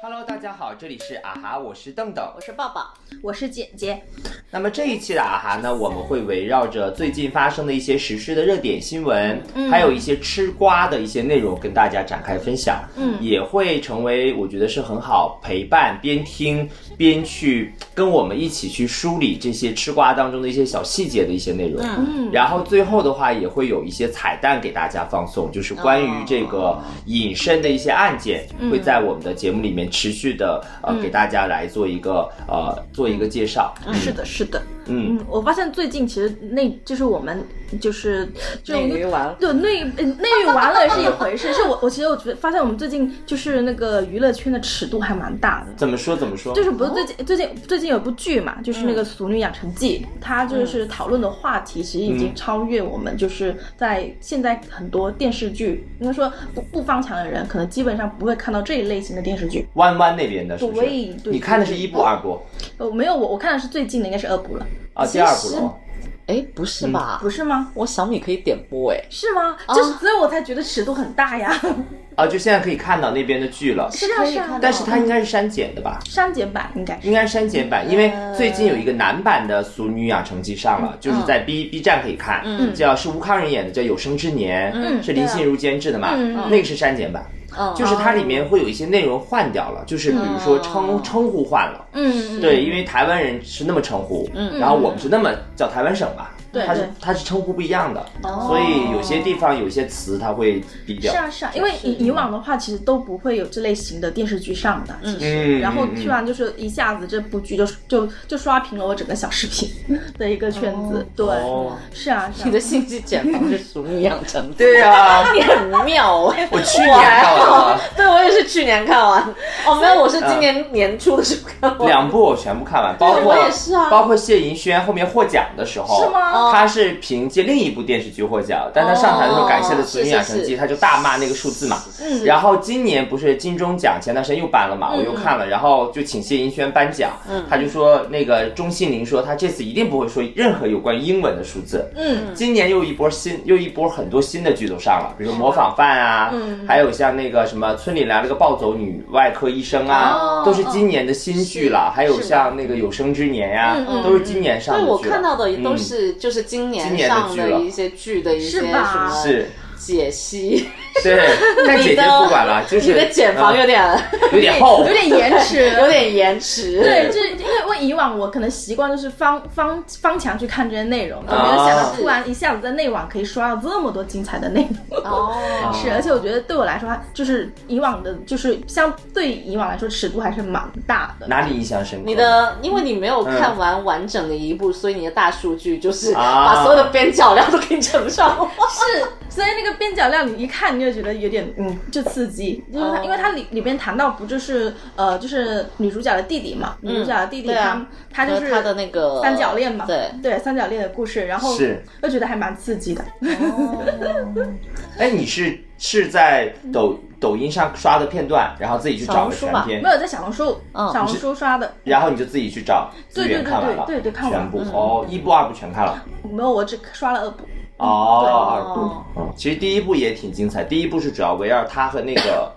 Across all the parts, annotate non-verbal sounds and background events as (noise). Hello，大家好，这里是啊哈，我是邓邓我。是抱抱，我是简简，那么这一期的啊哈呢，我们会围绕着最近发生的一些时事的热点新闻，还有一些吃瓜的一些内容跟大家展开分享。嗯，也会成为我觉得是很好陪伴，边听边去跟我们一起去梳理这些吃瓜当中的一些小细节的一些内容。嗯，然后最后的话也会有一些彩蛋给大家放送，就是关于这个隐身的一些案件，会在我们的节目里面持续的呃给大家来做一个呃做一个介绍。是的，是的，嗯嗯，我发现最近其实内就是我们就是这种内娱完了对内呃内娱完了也是一回事，是我我其实我觉得发现我们最近就是那个娱乐圈的尺度还蛮大的。怎么说怎么说？就是不是最近最近最近有部剧嘛，就是那个《俗女养成记》，它就是讨论的话题其实已经超越我们，就是在现在很多电视剧，应该说不不翻墙的人，可能基本上不会看到这一类型的电视剧。弯弯那边的，是不是对？对你看的是一部、对二部呃，没有我我看的是最近的，应该是二部了，啊，其第二部了。哎，不是吧？不是吗？我小米可以点播哎，是吗？就是所以我才觉得尺度很大呀。啊，就现在可以看到那边的剧了， (laughs) 是啊可以是看啊到，但是它应该是删减的吧？删减版应该是应该是删减嗯版，因为最近有一个男版的《俗女养成记》上嗯了，就是在 B B 站可以看，叫是吴康仁演的，叫《有生之年》，嗯是林心如监制的嘛，啊那个是删减版。就是它里面会有一些内容换掉了，就是比如说称称呼换了，嗯哦嗯嗯嗯对，因为台湾人是那么称呼，然后我们是那么叫台湾省吧，对它是对哦它是称呼不一样的，所以有些地方有些词它会低调是。啊是啊，因为以以往的话，其实都不会有这类型的电视剧上的，其实，嗯然后嗯嗯突然就是一下子这部剧就就就刷屏了我整个小视频的一个圈子，对，哦是啊是你的啊，信息茧房是熟女养成的，对 (laughs) 呀、你很妙哎。我去年看完 (laughs) 对我也是去年看完，哦没有，我是今年年初的时候看 (laughs) 了，完。嗯两部我全部看完，包括我也是啊包括谢盈萱后面获奖的时候，是吗她是凭借另一部电视剧获奖，哦但她上台的时候感谢的《俗女养成是是记》，是她就大骂那个数字嘛。嗯然后今年不是金钟奖前段时间又颁了嘛，我嗯又看了，然后就请谢盈萱颁奖，她就说那个钟欣凌说她这次一定不会说任何有关英文的数字，嗯，今年又一波新，又一波很多新的剧都上了，比如《模仿犯》啊，嗯还有像那个什么村里来了个暴走女外科医生啊，哦都是今年的新剧了。还有像那个《有生之年》呀，都是今年上对，的剧了。我看到的也都嗯是就是今今年年的上剧了的一些剧的一些是什吧么是，解析，对，但姐姐不管了，就是你的茧房有点 (laughs) 嗯有点厚有。点延迟， (laughs) 有点延迟。对，就是因为我以往我可能习惯就是翻翻翻墙去看这些内容，我没有想到突然一下子在内网可以刷到这么多精彩的内容。哦，是，而且我觉得对我来说，就是以往的，就是相对以往来说，尺度还是蛮大的。哪里印象深刻？你的，因为你没有看完完整的一部，所以你的大数据就是啊把所有的边角料都给你乘上。 (laughs) 是，所以那个边角料你一看你就觉得有点嗯，就刺激，就是它，哦因为它里里边谈到不就是呃，就是女主角的弟弟嘛，女主角的弟弟对他、啊他就是他的那个三角恋嘛，对对三角恋的故事，然后是又觉得还蛮刺激的。哎，你是是在抖抖音上刷的片段，然后自己去找个全小红片没，有在小红书，嗯小红书刷的，然后你就自己去找资对对源对看完了，对对对看完嗯全部哦，一部二部全看了。没有我只刷了二部，哦，二部。嗯，其实第一部也挺精彩，第一部是主要围绕他和那个，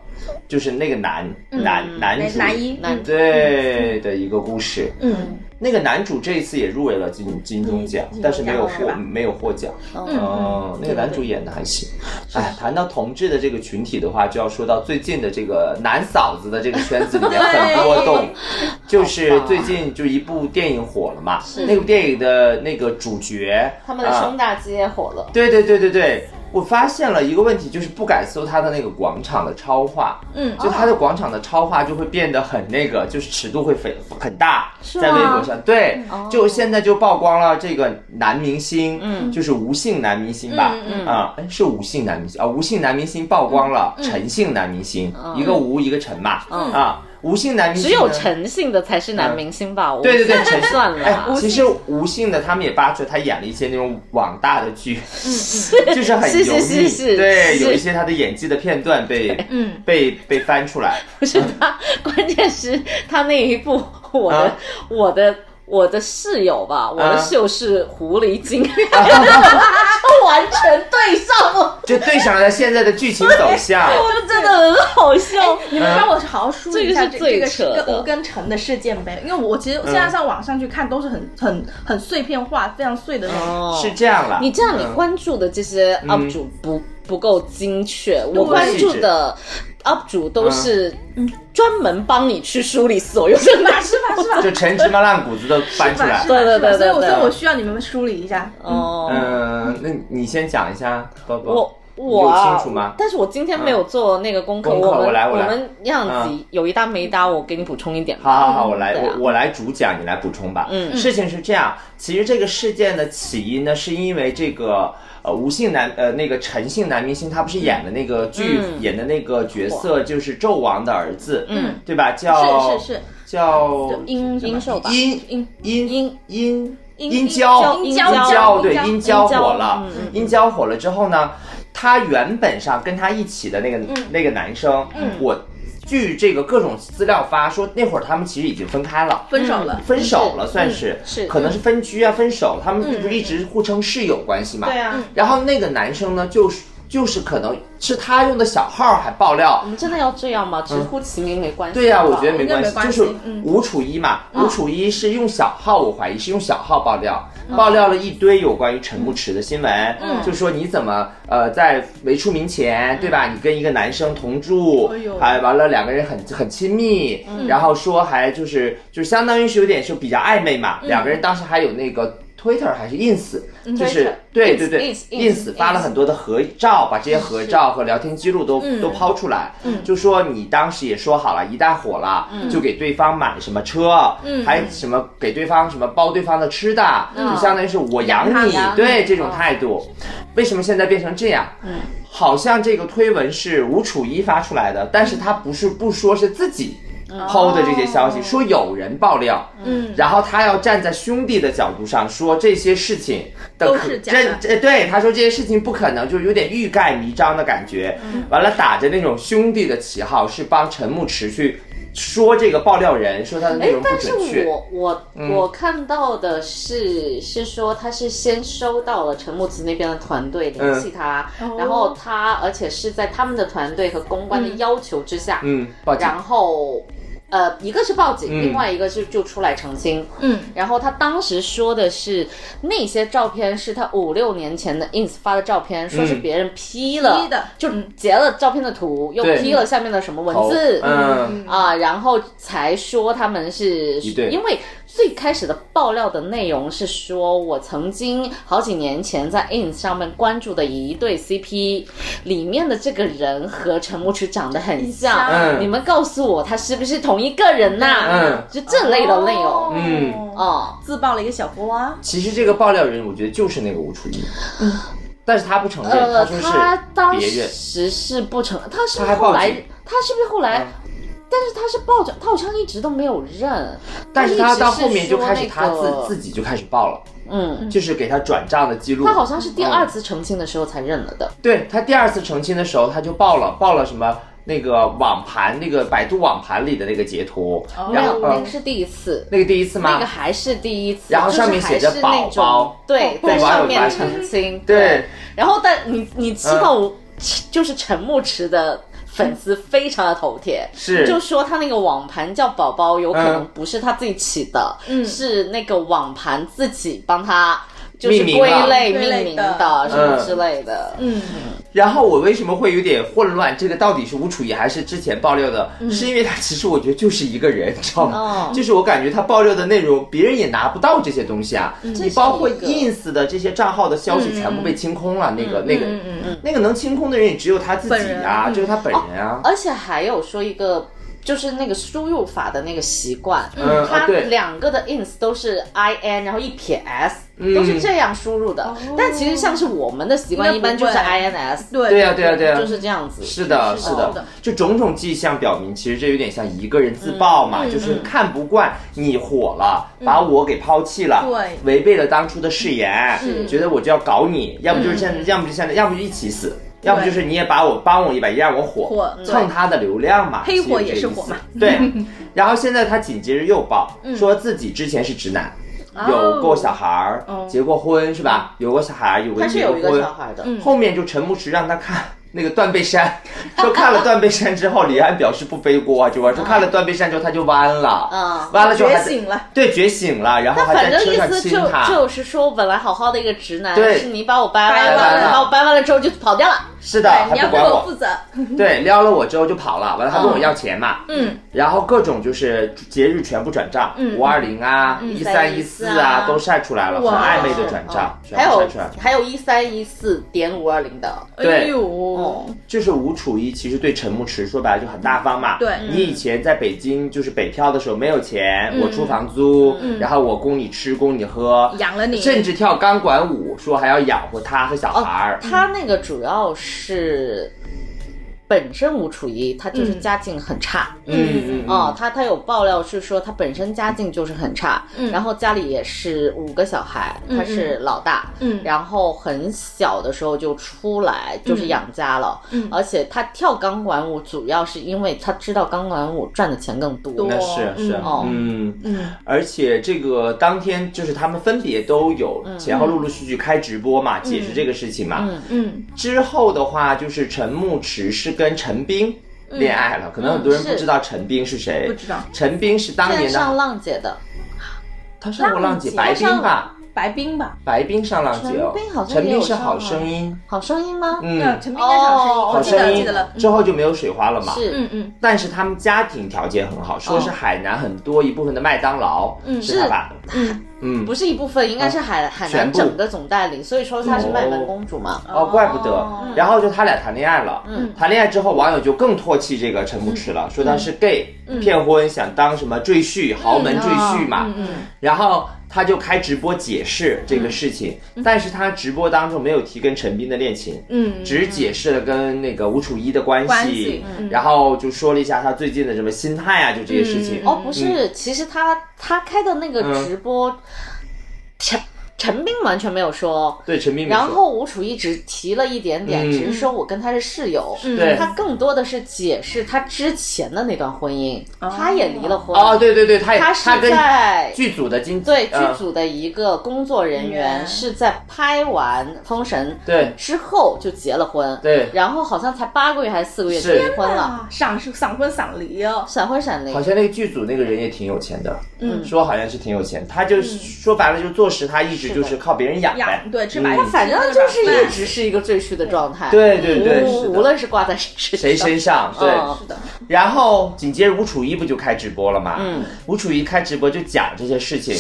就是那个男男男主哎男一，嗯男对的一个故事。嗯那个男主这一次也入围了金金钟奖，但是没有是获吧没有获奖。嗯嗯哦，那个男主演的还行。哎，谈到同志的这个群体的话，就要说到最近的这个男嫂子的这个圈子里面很波动，就是最近就一部电影火了嘛，那部电影的那个主角，他们的啊胸大肌也火了。对对对对对，我发现了一个问题，就是不敢搜他的那个广场的超话，嗯就他的广场的超话就会变得很那个，就是尺度会非很大，吗在微博上，对，就现在就曝光了这个男明星，嗯，就是吴姓男明星吧，嗯啊、哎是吴姓男明星啊，吴姓男明星曝光了陈姓男明星，一个吴一个陈嘛，啊，吴姓男明只星呢有。诚信的才是男明星吧？我对对对，不陈算哎了，。其实吴姓的他们也扒出来，他演了一些那种网大的剧， (laughs) 就是很嗯是油腻，是是是对，是有一些他的演技的片段被嗯，被被翻出 (laughs) 来， (laughs) 不是他，关键是他那一部，我的啊我的我的室友 (laughs) (laughs) 吧，我的室友是狐狸精，完全对上了。就对上了现在的剧情走向。这真的很好笑。 (laughs) 你啊们帮我好好梳理一下这这个是最这个扯的跟吴跟陈的事件呗，因为我其实现在嗯上网上去看都是很很很碎片化、非常碎的那种。哦，哎是这样啦，你这样，你嗯关注的这些 UP 主不、不够精确。我不关细嗯注致的 UP 主都是专门帮你去梳理所 (laughs) 有的吧是吧是吧？就陈芝麻烂谷子都翻出是吧来是。吧对对对对所以我对所以我需要你们梳理一下。哦。嗯，那你先讲一下，包包。我你我有啊清楚吗？嗯但是我今天没有做那个功课，功课我们我来我来们样子嗯有一搭没一搭，我给你补充一点吧。好好好，我来、对啊我我来主讲，你来补充吧。嗯事情是这样，其实这个事件的起因呢，是因为这个呃吴姓男呃那个陈姓男明星，他不是演的那个剧、嗯演的那个角色就是纣王的儿子，嗯，对吧？叫是是是，叫就殷什么殷寿吧嗯殷殷殷殷殷殷殷郊郊殷郊郊对殷郊殷郊火了嗯嗯，殷郊火了之后呢，他原本上跟他一起的那个嗯那个男生，我据这个各种资料发说，那会儿他们其实已经分开了。分手了。分手了，算是、嗯是嗯可能是分居啊，分手，他们不是一直互称室友关系嘛？对啊嗯然后那个男生呢，就是就是可能是他用的小号还爆料我，嗯们真的要这样吗？直呼其名没关系嗯吧。对啊呀、我觉得没应关该没系，就关系是嗯吴楚一嘛，吴楚一是用小号，我怀疑是用小号爆料，嗯爆料了一堆有关于陈牧驰的新闻，就说你怎么呃在没出名前，对吧？你跟一个男生同住嗯哎呦，嗯还完了两个人很很亲密，然后说还就是就是相当于是有点是比较暧昧嗯嘛，两个人当时还有那个。Twitter 还是 ins，就是 Twitter 对 ins，对对 ins， ，ins 发了很多的合照，把这些合照和聊天记录都嗯都抛出来，就说你当时也说好了，一旦火了嗯就给对方买什么车，还什么给对方什么包对方的吃的，就相当于是我养嗯养你他，对这种态度，为什么现在变成这样？好像这个推文是吴楚一发出来的，但是他不是不说是自己抛的这些消息，嗯哦说有人爆料，嗯，然后他要站在兄弟的角度上说这些事情的都可是假真的这对他说这些事情不可能，就是有点欲盖弥彰的感觉。嗯完了，打着那种兄弟的旗号，是帮陈牧驰去说这个爆料人，说他的内哎容，不但是准确。嗯我我、我看到的是是说他是先收到了陈木慈那边的团队联系他，嗯然后他而且是在他们的团队和公关的要求之下，嗯，报警。然后呃一个是报警，嗯另外一个是就出来澄清。嗯，然后他当时说的是那些照片是他五六年前的 ins 发的照片，说嗯是别人 P 了， P 的就嗯截了照片的图，又对 P 了下面的什么文字，头嗯，啊，然后才说他们是一对因为最开始的爆料的内容是说，我曾经好几年前在 ins 上面关注的一对 CP 里面的这个人和陈牧驰长得很像，嗯你们告诉我他是不是同一个人呐、嗯就这类的内容。嗯哦，哦，自爆了一个小锅啊。其实这个爆料人，我觉得就是那个吴楚一。但是他不承认，呃，说他当是别人。时是不承，他是他不是还报后来警，嗯他是不是后来？但是他是抱着，他好像一直都没有认，但是他一直到后面就开始说他那自、个自己就开始爆了，嗯，就是给他转账的记录。他好像是第二次澄清的时候才认了的。对他第二次澄清的时候，他就报了报了什么那个网盘那个百度网盘里的那个截图，然没后有，哦那呃个是第一次，那个第一次那吗个？还是第一次。然后上面就是写还着是宝那种宝对，对在网友上发面澄清。对，嗯然后但你你知道，我就是陈牧驰的。粉丝非常的头铁，是就说他那个网盘叫宝宝，有可能嗯不是他自己起的，是那个网盘自己帮他就是命名归了类归命类名的的什么嗯之类的，嗯，然后我为什么会有点混乱？这个到底是吴楚仪还是之前爆料的？嗯是因为他其实我觉得就是一个人，知道吗？哦就是我感觉他爆料的内容，别人也拿不到这些东西啊。嗯你包括这是一 ins 的这些账号的消息全部被清空了，那个那个嗯嗯那个能清空的人也只有他自本己人啊，嗯就是他本人啊。而且还有说一个，就是那个输入法的那个习惯，嗯它啊对两个的 ins 都是 i n，然后一撇 s，、都嗯是这样输入的。但其实像是我们的习惯，一应该般哦不就是会 i n s，对哦对呀、对呀、啊对呀、就是这样子。是的，是是的的，就种种迹象表明，其实这有点像一个人自爆嗯嘛，就是看不惯你火了，把我给抛弃了，对违背了当初的誓言，嗯觉得我就要搞你，要不就是现在，要不就现在，要不就一起死。要不就是你也把我帮我一把，也让我火火，蹭他的流量嘛，黑火其实这也是个 (laughs) 意思火嘛，嗯对。然后现在他紧接着又爆，说自己之前是直男，哦有过小孩儿、哦结过婚是吧？有过小孩儿，有过他是结过有一婚，个小孩的，嗯后面就陈牧驰让他看 (laughs) 那个断背山， (laughs) 说看了断背山之后，李安表示不背锅，啊就玩，说看了断背山之后他就弯了，嗯弯了之后觉还在醒了，对觉醒了，然后那还在反正车意上思亲就他，就是说，本来好好的一个直男，对是你把我掰弯掰弯了，了你把我掰弯了之后就跑掉了。是的，啊还对，哎你要不对管我我，负责。对，撩了我之后就跑了，完了他问我要钱嘛，嗯，然后各种就是节日全部转账，五二零啊、一三一四啊1314都晒出来了，很哇暧昧的转账，全哦还部晒有出来了。还有一三一四点五二零的，对哦哎呦，就是吴楚一其实对陈牧驰说白了就很大方嘛。对你以前在北京就是北漂的时候没有钱，嗯我出房租，然后我供你吃供你喝，养了你甚至跳钢管舞，说还要养活他和小孩哦儿。他嗯那个主要是本身吴楚一他嗯就是家境很差。嗯嗯哦，他他有爆料是说他本身家境就是很差，然后家里也是五个小孩，他是老大，嗯嗯然后很小的时候就出来就是养家了，嗯而且他跳钢管舞主要是因为他知道钢管舞赚的钱更多，多那是是嗯哦嗯嗯，而且这个当天就是他们分别都有前后陆陆续续开直播嘛，解释这个事情嘛。嗯嗯，之后的话，就是陈牧驰是跟陈冰恋爱了，可能很多人嗯不是知道陈冰是谁。不知道陈冰是当跟年上的，浪姐的，他上过浪姐，浪姐白冰吧，白冰吧，白冰上浪姐哦陈冰好。像陈也有冰是上好啊声音，好声音吗？那嗯，陈冰在场声音，哦我好记得声了记音得了，之后就没有水花了嘛。是，嗯嗯，但是他们家庭条件很好，说是海南很多一部分的麦当劳是他是吧？嗯，嗯，不是一部分，应该是海、海南全部整个总代理，所以说她是卖萌哦公主嘛。哦，怪不得哦。然后就他俩谈恋爱了，谈恋爱之后，网友就更唾弃这个陈牧驰了，说他是 gay，骗婚，想当什么赘婿、豪门赘婿嘛。嗯然后他就开直播解释这个事情，但是他直播当中没有提跟陈斌的恋情，嗯只解释了跟那个吴楚一的关关系系嗯，然后就说了一下他最近的什么心态啊，就这些事情。哦，不是，其实她她开的那个嗯直播，陈陈冰完全没有说。对陈斌没然说。后吴楚一直提了一点点，嗯只是说我跟他是室友，对他更多的是解释他之前的那段婚姻，他也离了婚，哦，对对对，他也他他是跟在剧组的经对剧呃组的一个工作人员嗯是在拍完《封神》对之后就结了婚，对然后好像才八个月还是四个月就是离婚了，啊，闪是闪婚闪离哦，闪婚闪离好。像那个剧组那个人也挺有钱的，嗯，说好像是挺有钱，他嗯就是说白了就做事，他一直就是靠别人养呗养，对吃白嗯饭反正就是一直是一个赘婿的状态，对对对是的无无论是挂在谁谁身上，身上对。嗯是的，然后紧接着吴楚一不就开直播了嘛，嗯，吴楚一开直播就讲这些事情，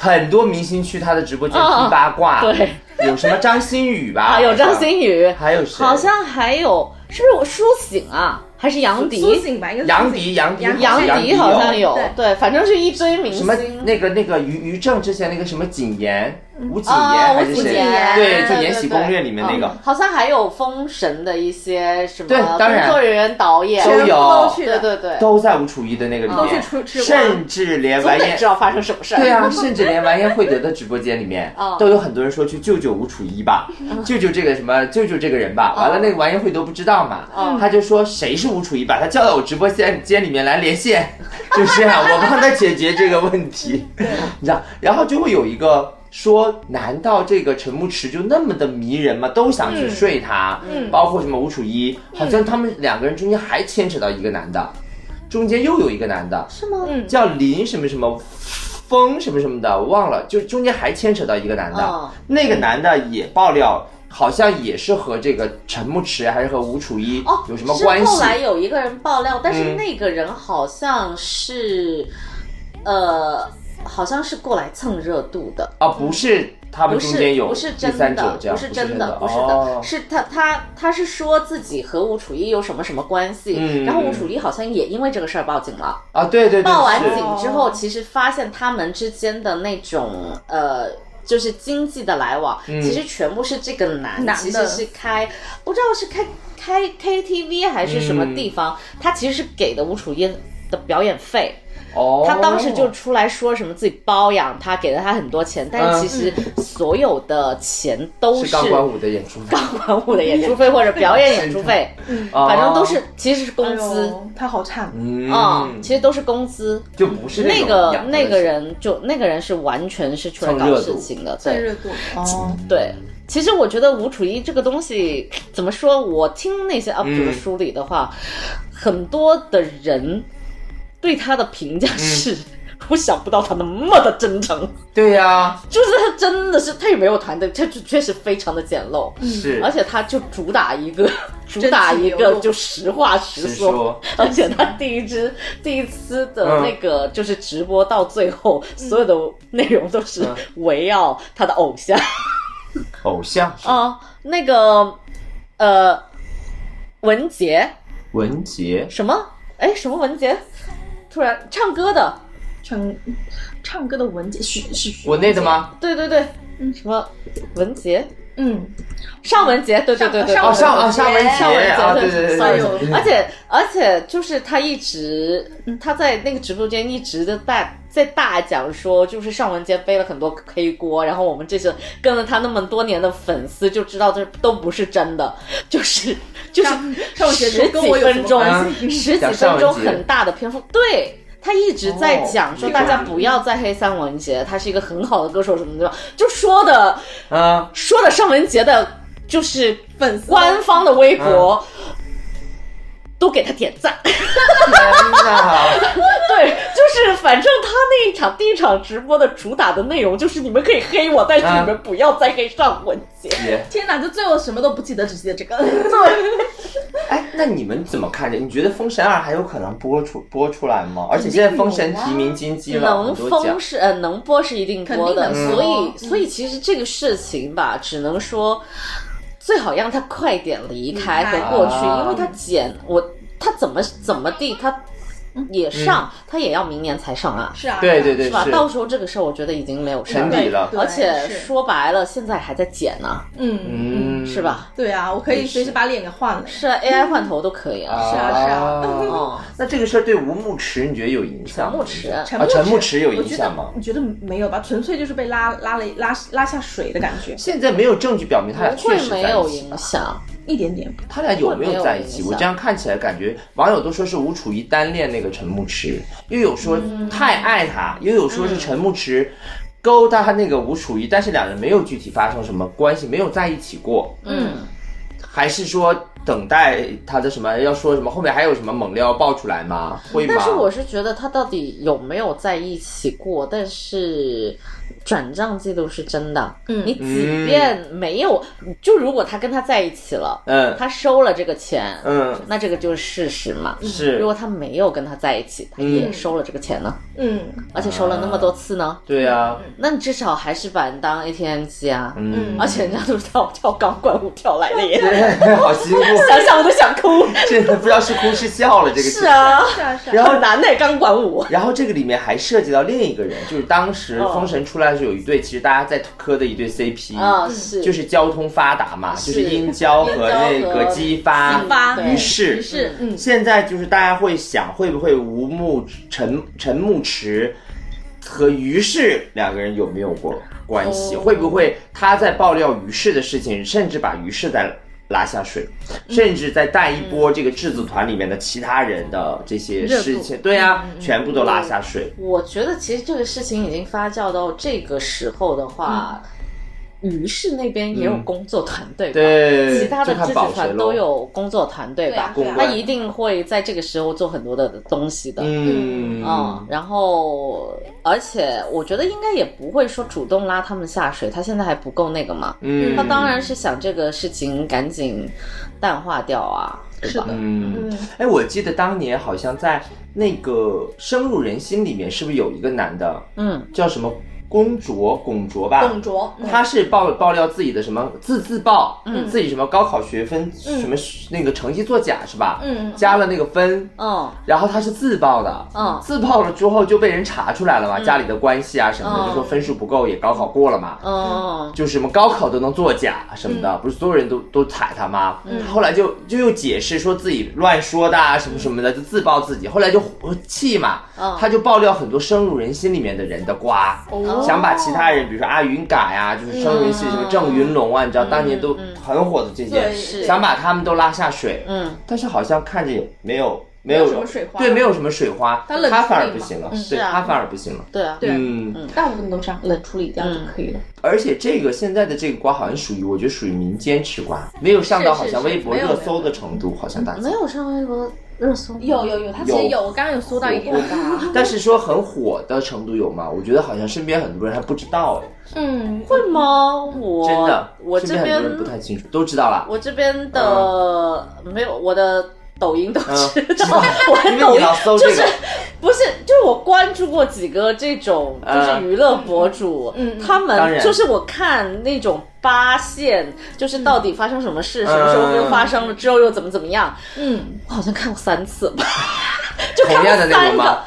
很多明星去他的直播间听八卦，哦对，有什么张馨予吧， (laughs) 啊，有张馨予，还有谁好像还有是不是苏醒啊，还是杨苏迪？醒吧，应该是杨苏醒迪，杨迪，杨杨迪好像有对，对，反正是一堆明什么星。那个那个于于正之前那个什么谨言，吴谨哦言还是吴谨谁？言对，对就《延禧对对嗯攻略》里面那个，好像还有封神的一些什么对当然工作人员、导演啊哎都有都去对的对对，都在吴楚一的那个里都去面，吃吃瓜甚至连总完得颜知道发生什么事儿。对啊，甚至连完颜慧德的直播间里面哦，都有很多人说去救救吴楚一 (laughs) 吧，救救这个什么，救救这个人吧。完了，那个完颜慧德不知道嘛哦，他就说谁是吴楚一，把他叫到我直播间间里面来连线， (laughs) 就这样，我帮他解决这个问题。你知道，然后就会有一个。说，难道这个陈牧驰就那么的迷人吗？都想去睡他，嗯包括什么吴楚一，好像他们两个人中间还牵扯到一个男的，中间又有一个男的，是吗？叫林什么什么风什么什么的，我忘了，就中间还牵扯到一个男的，哦那个男的也爆料，好像也是和这个陈牧驰还是和吴楚一哦，有什么关是后系？来有一个人爆料，但是嗯那个人好像是，呃，好像是过来蹭热度的，啊，不是他们不中是间有不是真第三者的，这样，不是真的的，，不是哦的，是他他他是说自己和吴楚一有什么什么关系，嗯然后吴楚一好像也因为这个事儿报警了。啊，对对对，报完是警之后，其实发现他们之间的那种呃。就是经济的来往，嗯其实全部是这个男，男的其实是开，不知道是开嗯开 KTV 还是什么地方，他其实是给的吴楚一的表演费，哦，他当时就出来说什么自己包养他，给了他很多钱，但是其实所有的钱都嗯是钢管舞的演出费，管舞的演嗯出费或者 (laughs) 表演演出费，哦 (laughs) 反正都是其实是工哎资。呦他好惨，嗯，嗯，其实都是工资，就不是那种个养活的那个事人就那个人是完全是出来蹭搞热度事嗯情的，蹭对热度哦，对。其实我觉得吴楚一这个东西怎么说？我听那些 UP 主的梳理的话，嗯很多的人对他的评价是。嗯 (laughs) 我想不到他那么的真诚，对呀、就是他真的是他也没有团队，他就确实非常的简陋，是，嗯而且他就主打一个主打一流个露就实话实是说，说 (laughs) 而且他第一支第一次的那个就是直播到最后，所有的内容都是嗯围绕他的偶像偶像是啊、那个呃，文杰文杰什么？哎，什么文杰？突然唱歌的，唱唱歌的文杰许许许国内的？吗？对对对，什么文杰？嗯，尚文杰，对对对哎对，哦，尚上啊，上上文杰尚文杰啊，对对对哎对呦对对，而且而且就是他一直他在那个直播间一直的大在大讲说，就是尚雯婕背了很多黑锅，然后我们这些跟了他那么多年的粉丝就知道这都不是真的，就是就是尚尚雯十婕说跟几我有什分么钟关，十几讲分尚钟雯婕很大的篇幅，对。他一直在讲说，哦大家不要再黑尚雯婕，她是一个很好的歌手什么的，就说的啊，说的尚雯婕的，就是粉丝官方的微博、嗯都给他点赞。 (laughs) 天哪，对，就是反正他那一场第一场直播的主打的内容就是你们可以黑我，但是嗯你们不要再黑尚雯婕。姐，天哪，就最后什么都不记得，只记得这个。 (laughs) 哎，那你们怎么看着？你觉得《封神二》还有可能播出播出来吗？而且现在《封神》提名金鸡了，能很多奖封，是呃能播是一定播的，肯定能所以播所以其实这个事情吧，只能说最好让他快点离开离和开过去，啊因为他剪我他怎么怎么地他也上，他也要明年才上啊。是啊，对对对是吧？是到时候这个事儿，我觉得已经没有事儿沉了底了对而且是说白了，现在还在剪呢，嗯，嗯，是？吧？对啊，我可以随时把脸给换了。是啊 AI 换头都可以啊。啊，是啊是啊哦，那这个事儿对吴牧池你觉得有影响陈吗？牧驰，啊，陈牧牧驰有影响吗？我觉得？我觉得没有吧，纯粹就是被拉拉了拉拉下水的感觉，现在没有证据表明他俩不确会实没在有一起影。响，一点点。他俩有没有在一起？会没有影响我这样看起来感觉，网友都说是吴楚一单恋那个陈牧驰，又有说嗯太爱他，又有说是陈牧驰勾搭他那个吴楚一，但是两人没有具体发生什么关系，没有在一起过，嗯，还是说等待他的什么要说什么？后面还有什么猛料爆出来吗？会吗？但是我是觉得他到底有没有在一起过，但是转账记录是真的。嗯，你即便没有，就如果他跟他在一起了，嗯他收了这个钱，嗯那这个就是事实嘛。是嗯啊如果他没嗯有跟他在一起，他也收了这个钱呢，嗯，而且收了那么多次呢，对啊， (laughs) 那你至少还是把人当 ATM 机啊。嗯，而且人家都是跳跳钢管舞跳来的耶，好辛苦，想想我都想哭。真的不知道是哭是笑了。这个是啊，是啊是啊。然后好难呢，钢管舞。然后这个里面还涉及到另一个人，就是当时《封神》出来的时候，有一对其实大家在磕的一对 CP，、啊，是，嗯就是交通发达嘛，就是是殷郊和那个姬发。姬发对于是于，是嗯，现在就是大家会想，会不会吴牧陈陈牧驰和于适两个人有没有过关系？哦会不会他在爆料于适的事情，甚至把于适嗯再拉下水，甚至再带一波这个制作团里面的其他人的这些热度事情？对呀、嗯全部都拉下水。我觉得其实这个事情已经发酵到这个时候的话，于是那边也有工作团队吧。嗯对，其他的就看制止保谁团咯都。有工作团队吧，对啊对啊他一定会在这个时候做很多的东西的。嗯嗯，然后而且我觉得应该也不会说主动拉他们下水，他现在还不够那个嘛。嗯他当然是想这个事情赶紧淡化掉啊，对吧？嗯，哎，我记得当年好像在那个《深入人心》里面，是不是有一个男的嗯，叫什么龚卓，龚卓吧，董卓，嗯他是爆爆料自己的什么自自曝，自己什么高考学分、什么那个成绩作假是吧？嗯加了那个分，嗯然后他是自曝的，嗯自曝了之后就被人查出来了嘛，家里的关系啊什么的，就说分数不够也高考过了嘛，嗯就什么高考都能作假什么的，不是所有人都都踩他吗？他后来就就又解释说自己乱说的啊什么什么的，就自曝自己，后来就气嘛，嗯他就爆料很多深入人心里面的人的瓜，哦想把其他人，比如说阿云嘎呀、就是深入人心里什么郑云龙啊，你知道当年都很火的这些，对是想把他们都拉下水，嗯，但是好像看着也没有。没有有什么水花对，没有什么水花，他冷他反而处理不嘛行了，是对啊他反而不行了，对啊，对嗯，大部分都这样冷处理掉就可以了。而且这个现在的这个瓜好像属于，我觉得属于民间吃瓜，没有上到好像微博热搜的程度，好像大家没。有上微博热搜，有有有，他其实有有，我刚刚有搜到一条吧。 (laughs) 但是说很火的程度有吗？我觉得好像身边很多人还不知道哎，嗯，会吗？我真的，我身这边很边多人不太嗯清楚，都知道了。我这边的、没有我的。抖音 (laughs) 都知道， (laughs) 我嗯因的为抖你音老搜这就个是，不是就是我关注过几个这种就是嗯娱乐博主，嗯嗯他当们然就是我看那种八线，就是到底发生什么事，嗯什么时候又发生了，之后又怎么怎么样，嗯，我好像看过三次 (laughs) 吧，就看同过样的内三容个吗，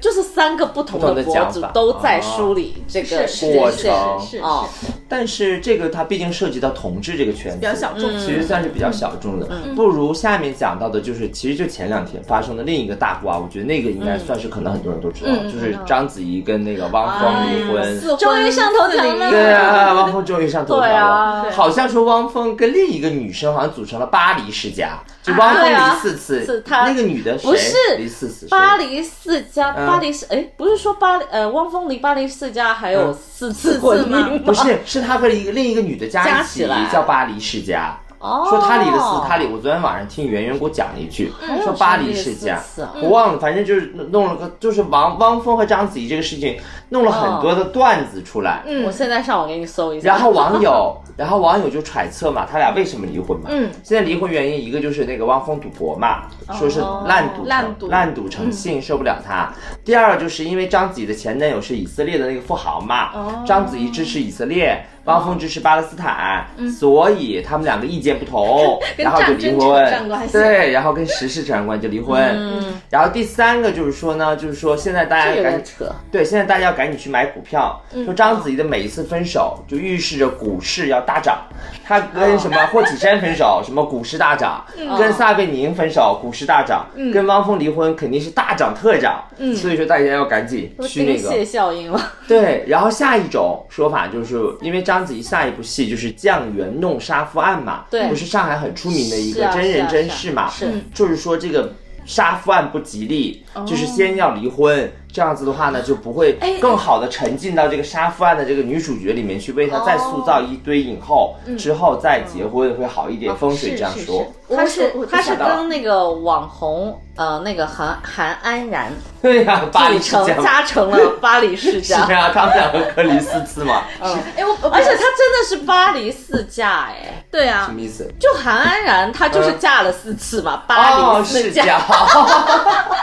就是三个不同的不同的哦博讲主法都在梳理这个是事是过是件程是是哦，但是这个它毕竟涉及到同志这个圈子，比较小众。嗯其实算是比较小众嗯的，不如下面讲到的就是，其实就前两天发生的另一个大瓜，我觉得那个应嗯该算是可能很多人都知道，就是章子怡跟那个汪峰离婚。嗯四婚终于上头条了对啊，汪峰终于上头条对了。啊对好像说汪峰跟另一个女生好像组成了巴黎世家，就汪峰对啊离四次，是他那个女的谁不是离四次？巴黎黎世家，嗯巴黎世，哎，不是说巴黎，呃，汪峰离巴黎世家还有嗯四次婚姻吗？不是，是他和一个另一个女的加加一起起来叫巴黎世家。哦，嗯说他离了四，他离。我昨天晚上听圆圆给我讲了一句，说巴黎世还有家谁离了四次啊，我忘了，反正就是弄了个，就是王汪峰和章子怡这个事情，弄了哦很多的段子出来。嗯我现在上网给你搜一下。然后网 (laughs) 友，然后网友就揣测嘛，他俩为什么离婚嘛？嗯，现在离婚原因一个就是那个汪峰赌博嘛，说是烂赌成烂赌烂赌成性，受不了他。第二个就是因为章子怡的前男友是以色列的那个富豪嘛，哦章子怡支持以色列，汪峰支持巴勒斯坦，所以他们两个意见不同，嗯 (laughs) 跟然后就离战争扯上婚关。系嗯对，然后跟时事扯上关系就离婚。然后第三个就是说呢，就是说现在大家这有赶紧点扯，对，现在大家要赶紧去买股票。说章子怡的每一次分手，就预示着股市要大涨。她跟什么霍启山分手，什么股市大涨；跟撒贝宁分手，股市大涨；跟汪峰离婚，肯定是大涨特涨。所以说大家要赶紧不是去那丁个蟹效应吗？对，然后下一种说法就是因为章子怡下一部戏就是《酱园弄杀夫案》嘛，对不是上海很出名的一是个啊真人真事嘛，嗯是啊哦是啊是就是说这个杀夫案不吉利，就是先要离婚，这样子的话呢就不会哎更好的沉浸到这个杀夫案的这个女主角里面去，为她再塑造一堆影哦后，之后再结婚会好一点，风水是这样是说。是他嗯哦是我我他是知道了跟那个网红呃那个韩韩安然对 (laughs) 呀、巴黎组是成这样吗。加成了巴黎世 (laughs) 是家，啊，他们两个隔离四次嘛，嗯哎，我我而且他真的是巴黎世家哎，对什啊么，意思？就韩安然她就是嫁了四次嘛，巴嗯哦，黎世世家。家，哦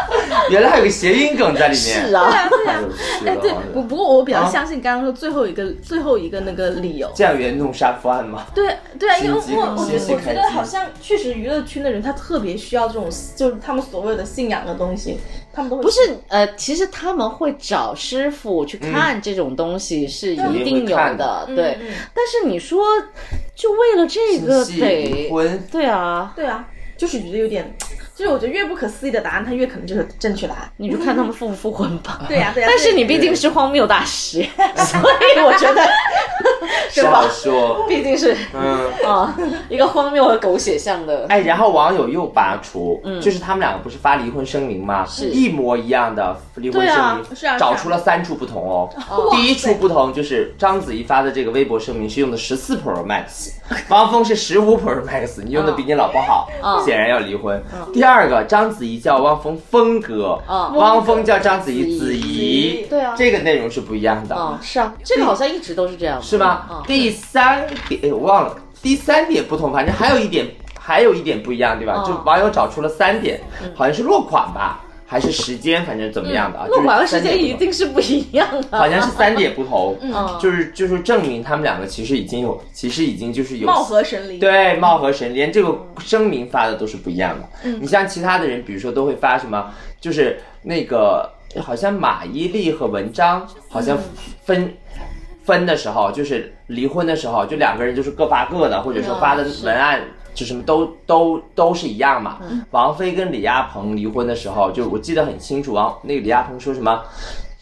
(laughs) 原来还有个谐音梗在里面。是啊，太有趣哎了，对好，像不不过我比较啊相信刚刚说最后一个最后一个那个理由，酱园弄杀夫案吗？对对啊，因为我心机我我心机我觉开得机好像确实娱乐圈的人他特别需要这种，就是他们所谓的信仰的东西，他们都会不是呃，其实他们会找师傅去看这种东西是一定有的，对。但是你说，就为了这个戏离得，婚，对啊，对啊，就是觉得有点，就是我觉得越不可思议的答案，它越可能就是正确答案。你就看他们复不复婚吧。对呀、对呀、但是你毕竟是荒谬大 (laughs) 师，所以我觉得，是好说。毕竟是嗯，啊、一个荒谬和狗血像的。哎，然后网友又扒出，就是他们两个不是发离婚声明吗？嗯是一模一样的离婚对声啊明，是啊找出了三处不同哦。第一处不同就是章子怡发的这个微博声明是用的十四 Pro (laughs) Max，汪峰是十五 Pro Max，你用嗯的比你老婆好，显然要离婚。第二个，章子怡叫汪峰峰哥，嗯汪峰叫章子怡子子怡怡，对啊这个内容是不一样的。啊、是啊，这个好像一直都是这样，是吗？嗯第三点、哎我忘了，第三点不同，反正还有一点，还有一点不一样，对吧？嗯就网友找出了三点，好像是落款吧。还是时间，反正怎么样的啊？路环就是时三点间不同一定是不一样的。好像是三点不同，嗯 (laughs) 就是就是证明他们两个其实已经有，其实已经就是有貌合神离。对，貌合神离，连这个声明发的都是不一样的。嗯你像其他的人，比如说都会发什么，就是那个哎好像马伊琍和文章好嗯像分。分的时候，就是离婚的时候，就两个人就是各发各的，或者说发的文案就什么都都都是一样嘛。嗯王菲跟李亚鹏离婚的时候，就我记得很清楚，王那个李亚鹏说什么，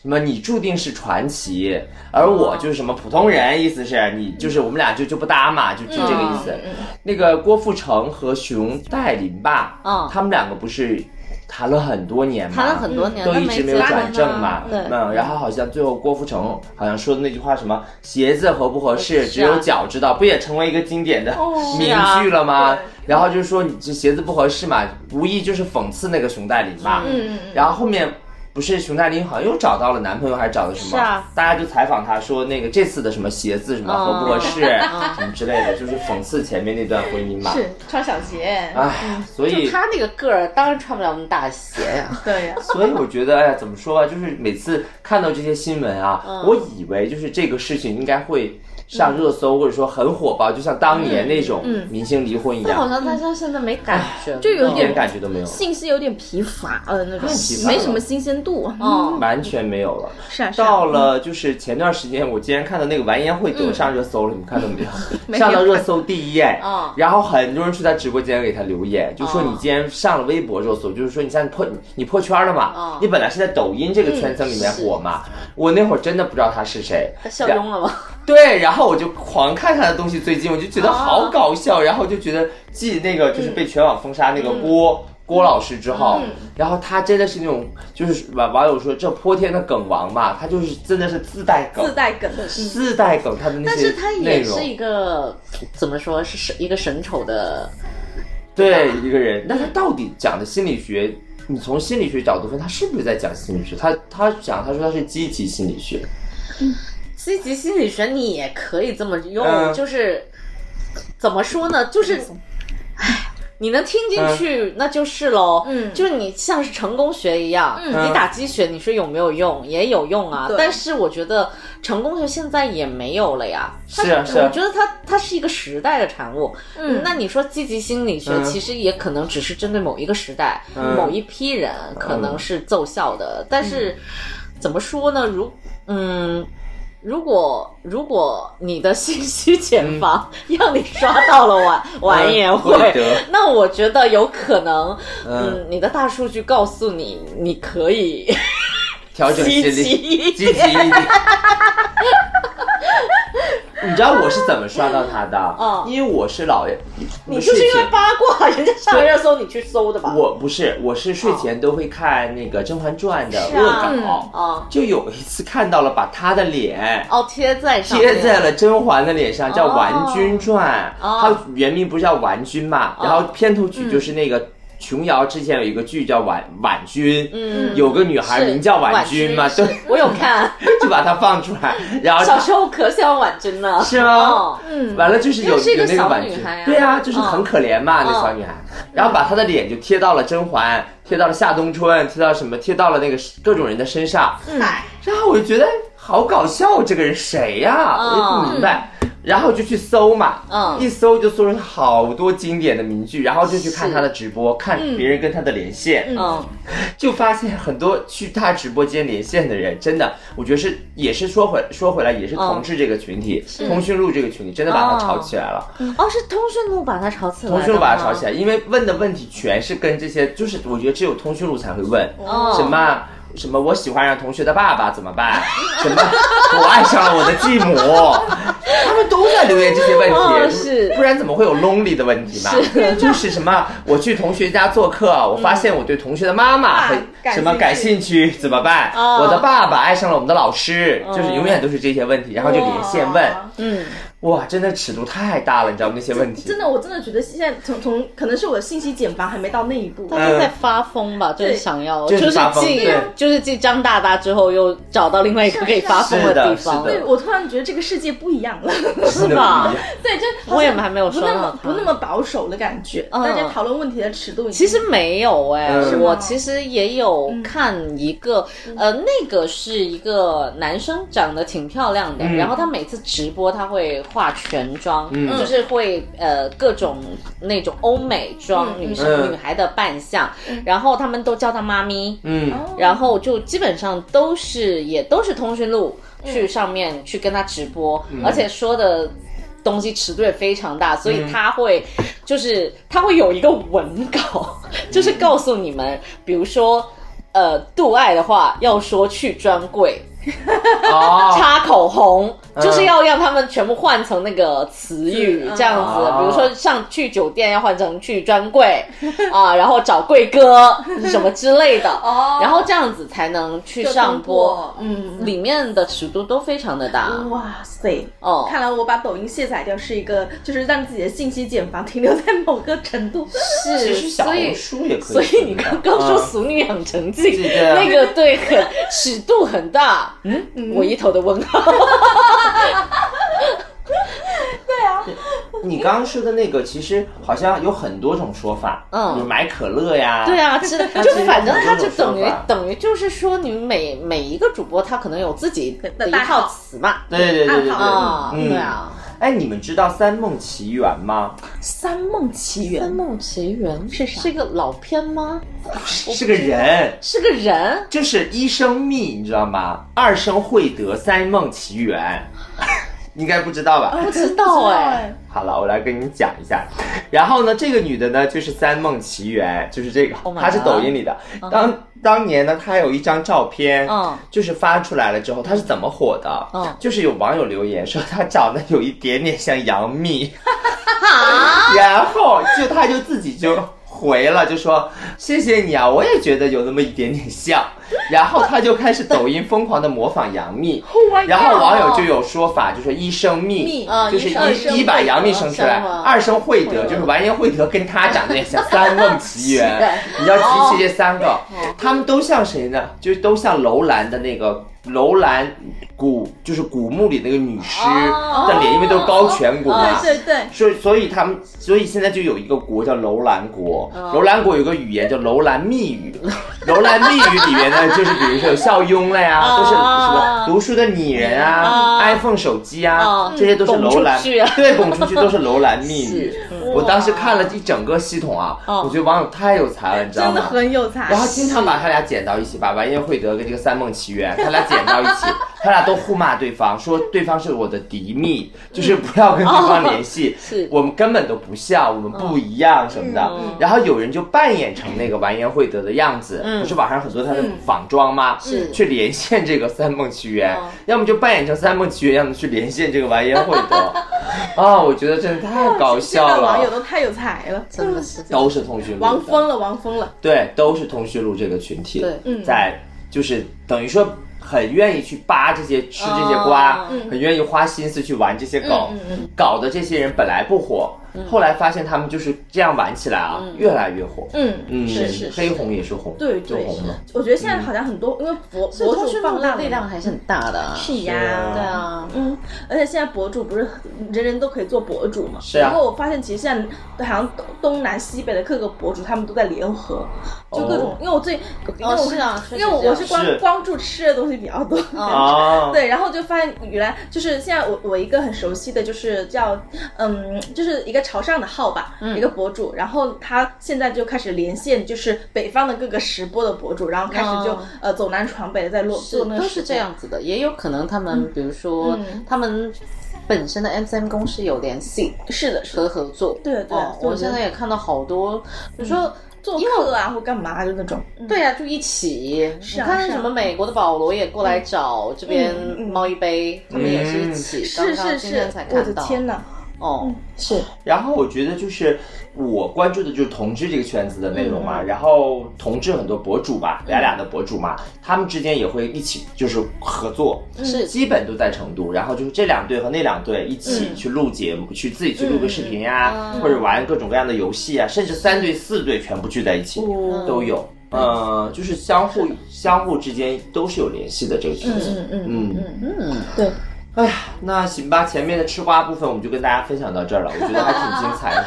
什么你注定是传奇，而我就是什么普通人，意思是你就是我们俩就就不搭嘛，就就这个意思。嗯那个郭富城和熊黛林吧，嗯他们两个不是谈了很多年吗？谈了很多年都一直没有都没结转正嘛。婚啊对嗯，然后好像最后郭富城好像说的那句话什么“鞋子合不合适，是只啊有脚知道”，不也成为一个经典的名是啊句了吗？然后就是说你这鞋子不合适嘛，无意就是讽刺那个熊黛林嘛。嗯然后后面。不是熊黛林好像又找到了男朋友，还是找的什么？是啊大家就采访她说那个这次的什么鞋子什么合不合适、嗯什么之类的，就是讽刺前面那段婚姻嘛。啊是，穿小鞋，唉，所以嗯就他那个个儿，当然穿不了那么大鞋啊呀、 (laughs) 对呀、所以我觉得，哎呀，怎么说吧，就是每次看到这些新闻啊，我以为就是这个事情应该会上热搜，或者说很火爆，就像当年那种明星离婚一但好样，像大家现在没感觉，就有一点点感觉都没有，信息有点疲乏了那种疲乏，了没什么新鲜度。啊嗯，完全没有了。是啊，是啊到了就是前段时间，我竟然看到那个完颜慧德上热搜了，你们看到没有？ (laughs) 没有上到热搜第一哎嗯，然后很多人去他直播间给他留言，就说嗯你既然上了微博热搜，就是说你像你破你破圈了嘛嗯，你本来是在抖音这个圈层里面火嘛，我那会儿真的不知道他是谁，他笑晕了吗？对，然后我就狂看他的东西，最近我就啊觉得好搞笑，然后就觉得继那个就是被全网封杀那嗯个郭、郭老师之后，然后他真的是那种就是网网友说这泼天的梗王嘛，他就是真的是自带梗，自带梗，自带梗，他的那嗯但些是他内也容是一个怎么说是神一个神丑的，对一个人，那他到底讲的心理学？你从心理学角度分，他是不是在讲心理学？他他讲，他说他是积极心理学，积极心理学你也可以这么用，嗯就是怎么说呢，就是。唉，嗯你能听进去、那就是喽，嗯就是你像是成功学一样，你打鸡血，你说有没有用？也有用啊对，但是我觉得成功学现在也没有了呀，它是啊是啊我觉得它它是一个时代的产物。嗯，那你说积极心理学嗯其实也可能只是针对某一个时代、嗯某一批人可能是奏效的，但是怎么说呢？如嗯。如果如果你的信息茧房让你刷到了晚晚宴嗯会嗯会得，那我觉得有可能，嗯嗯，你的大数据告诉你，你可以调整心理，积极一积极一点。 (laughs) 你知道我是怎么刷到他的？嗯因为我是老爷，你就是因睡为前八卦，人家上热搜你去搜的吧？我不是，我是睡前都会看那个《甄嬛传》的是恶啊搞，啊就有一次看到了把他的脸。哦，贴在上面贴在了甄嬛的脸上，叫《哦完君传》，哦嗯它原名不是叫《完君》嘛，然后片头曲就是那个琼瑶之前有一个剧叫《婉婉君》，嗯有个女孩是名叫婉婉君君嘛，是对，我有 (laughs) 看，就把它放出来，然后小时候可喜欢婉君了，是吗哦？嗯，完了就是有她是一有个那个小婉女君孩，啊对啊，就是很可怜嘛，那嗯小女孩。然后把她的脸就贴到了甄嬛，贴到了夏冬春，贴到什么，贴到了那个各种人的身上。嗯哎，然后我就觉得好搞笑，这个人谁呀、我就不明白。然后就去搜嘛，嗯一搜就搜出好多经典的名句，然后就去看他的直播，看别人跟他的连线，嗯，就发现很多去他直播间连线的人，真的，我觉得是也是说回说回来，嗯也是同志这个群体，通讯录这个群体，真的把他炒起来了。哦，是通讯录把她吵起来，通讯录把他炒起，来，因为问的问题全是跟这些，就是我觉得只有通讯录才会问，哦什么什么我喜欢上同学的爸爸怎么办？什么我爱上了我的继母，他们都在留言这些问题，哦就是不然怎么会有 lonely 的问题嘛？ (laughs) 就是什么我去同学家做客，我发现我对同学的妈妈很、感什么感兴趣怎么办？哦哦我的爸爸爱上了我们的老师，就是永远都是这些问题，然后就连线问。嗯，哇，真的尺度太大了，你知道吗？那些问题真的，我真的觉得现在从从可能是我的信息茧房还没到那一步，大家在发疯吧，就是想要，就就是是发疯继对就是继张大大之后，又找到另外一个可以发疯地方是的是了，的对我突然觉得这个世界不一样了，是是吧？对，就好像我也还没有不说那到么他不那么保守的感觉，嗯大家讨论问题的尺度已经其实没有哎、嗯是嗯吗我其实也有看一个，呃，那个是一个男生长得挺漂亮的，嗯然后他每次直播他会化全妆，嗯就是会呃各种那种欧美妆、女生、嗯女孩的扮相，然后他们都叫她妈咪，嗯，哦然后就基本上都是也都是通讯录去上面去跟他直播，而且说的。东西尺度也非常大，所以他会，就是他会有一个文稿， (laughs) 就是告诉你们，比如说，呃，度爱的话要说去专柜， (laughs) 哦，擦口红，嗯就是要让他们全部换成那个词语嗯这样子，哦比如说上去酒店要换成去专 (laughs) 柜啊，然后找贵哥什么之类 (laughs) 的，哦然后这样子才能去就上通播过。，嗯，里面的尺度都非常的大哇塞。哦，嗯看来我把抖音卸载掉是一个，就是让自己的信息茧房停留在某个程度。其是，实小所以红书也可以所存的。以你刚刚说《嗯俗女养成记》是的那个对很尺度很大，嗯，我一头的问号，你刚刚说的那个，其实好像有很多种说法，嗯比如买可乐呀，(laughs) 对，啊，是的，他就其实反正有很他多就种等于说法等于就是说，你每每一个主播他可能有自己的一代套号词嘛，对对对对对，暗啊，号嗯对啊，哎，你们知道《三梦奇缘》吗？ 《三梦奇《缘三》梦奇缘》是啥是个老片吗？是个人，是个人？就是一生蜜，你知道吗？二生惠德，三梦奇 (laughs) 缘，应该不知道吧？ (laughs) 不知道哎，好了，我来跟你讲一下。然后呢，这个女的呢，就是《三梦奇缘》，就是这个 Oh，my 她是抖音里的。当当年呢，她有一张照片，嗯就是发出来了之后，她是怎么火的？嗯就是有网友留言说她长得有一点点像杨幂，啊，然后就她就自己就。回了就说谢谢你啊，我也觉得有那么一点点像，然后她就开始抖音疯狂的模仿杨幂，然后网友就有说法，就说一生蜜嗯就是一生一一把杨幂生出来生了，二生惠德就是完颜惠德跟他长得也像，三梦奇缘，你要提起这三个，他们都像谁呢？就是都像楼兰的那个楼兰古，就是古墓里那个女尸哦的脸，因为都是高颧骨嘛。 (laughs) 对对对，所以，所以他们，所以现在就有一个国叫楼兰国。嗯楼兰国有个语言叫楼兰密语， (laughs) 楼兰密语里面呢，就是比如说有校庸了呀，嗯啊都是什么读书的拟人啊啊，iPhone 手机啊嗯啊，这些都是楼兰拱出去啊，对，拱出去都是楼兰密语 (laughs) 是。我当时看了一整个系统啊，嗯我觉得网友太有才了，你知道真的吗？很有才然。后经常把他俩剪到一起，把完颜慧德跟这个三梦奇缘，他俩剪到一 (laughs) 起，他俩都互骂对方，说对方是我的敌密，就是不要跟对方联系，嗯哦是我们根本都不像，我们不一样什么的。嗯然后有人就扮演成那个完颜慧德的样子，嗯不是网上很多他的仿妆吗？是去连线这个三梦奇缘，哦要么就扮演成三梦奇缘，要么去连线这个完颜慧 (laughs) 德。啊、我觉得真的太搞现笑啊在网友了，都太有才了，嗯真的是都是通讯录的，王疯了，王疯了。对，都是通讯录这个群体。对嗯在就是等于说很愿意去扒这些吃这些瓜，哦很愿意花心思去玩这些梗，搞得这些人本来不火，后来发现他们就是这样玩起来啊，越来越火。嗯嗯，是是是黑红也是红，对就对红了。，我觉得现在好像很多，因为博博通主讯录放的大力量还是很大的啊，是是呀啊，对啊，嗯，而且现在博主不是人人都可以做博主嘛？是啊然后我发现，其实现在好像东南西北的各个博主他们都在联合，就各种，哦因为我最，因为我是啊哦确实因为我是这样我是光是光注吃的东西比较多。啊， (laughs) 对，然后就发现原来就是现在我我一个很熟悉的就是叫嗯，就是一个潮汕的号吧，嗯一个博主，然后他现在就开始连线，就是北方的各个食播的博主，然后开始就、哦呃走南闯北的在落是做那个都是食这播样子的，也有可能他们，比如说嗯他们本身的 SM 公司有联系是的，是的和合作。对对哦，对我对现在也看到好多，比如说。做客啊或干嘛就那种，对呀、就一起。嗯是啊你看是啊什么美国的保罗也过来找这边嗯嗯猫一杯，他们也是一起。是刚刚是今天是才，我看的到。天哪！哦，是然后我觉得就是我关注的就是同志这个圈子的内容啊嘛，然后同志很多博主吧，俩俩的博主嘛，他们之间也会一起就是合作，嗯是基本都在成都，然后就是这两队和那两队一起嗯去录节目，去自己去录个视频呀、嗯或者玩各种各样的游戏啊，甚至三队四队全部聚在一起、嗯都有，呃，就是相互相互之间都是有联系的这个圈子，嗯嗯嗯嗯，对，哎呀，那行吧，前面的吃瓜部分我们就跟大家分享到这儿了，我觉得还挺精 (laughs) 彩的。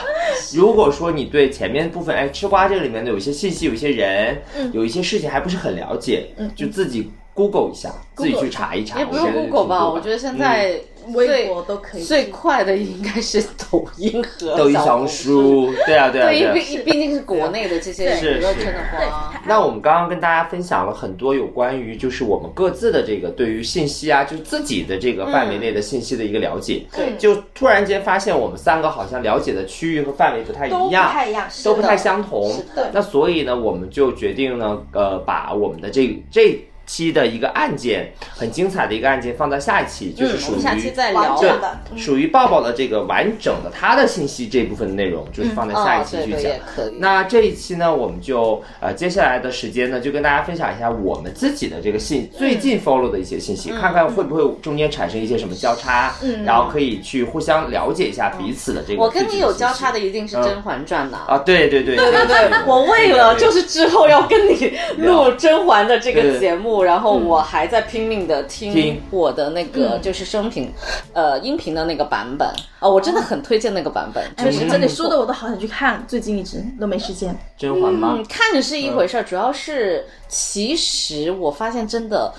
如果说你对前面部分，哎，吃瓜这里面的有一些信息、有一些人、嗯有一些事情还不是很了解，就自己 Google 一下，自己去查一查。也不用我觉得 Google 吧，挺多我觉得现在嗯微最博都可以最快的应该是抖音 (laughs) (laughs) 和抖音、小小红。书，对啊，对啊，对，因对啊为。毕毕竟是国内的这些是娱乐是圈的花，那我们刚刚跟大家分享了很多有关于就是我们各自的这个对于信息啊，就是自己的这个范围内的信息的一个了解。对就突然间发现我们三个好像了解的区域和范围不太一都样，不太一样，是都不的太相同。的那所以呢，我们就决定呢，呃，把我们的这这期的一个案件，很精彩的一个案件，放到下一期，就是嗯我属于、们下期再完聊整对吧。的嗯属于抱抱的这个完整的他的信息这部分内容，就是放在下一啊，期对去对，讲。也可以。那这一期呢，我们就呃接下来的时间呢，就跟大家分享一下我们自己的这个信最近 follow 的一些信息，嗯看看会不会中间产生一些什么交叉，然后可以去互相了解一下彼此的这个。嗯我跟你有交叉的。一嗯定是《甄嬛传》呐。啊，对对对对对对我为了对就是之后要跟你录《甄嬛》的这对个节目，然后我还在拼命的听听嗯我的那个就是声频，呃，音频的那个版本啊，我真的很推荐那个版本，嗯确实真你的哎说的我都好想去看，最近一直都没时间。甄嬛吗？嗯，看着是一回事儿，主要是其实我发现真的，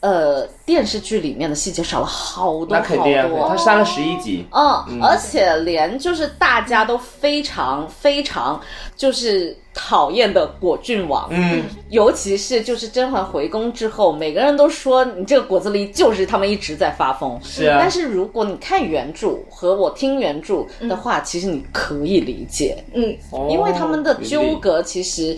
呃，电视剧里面的细节少了好多那肯定啊好，多，他删了十一集。嗯，而且连就是大家都非常非常就是讨厌的果郡王，嗯，尤其是就是甄嬛回宫之后，每个人都说你这个果子狸就是他们一直在发疯。是啊但是如果你看原著和我听原著的话，其实你可以理解，嗯，哦因为他们的纠葛其实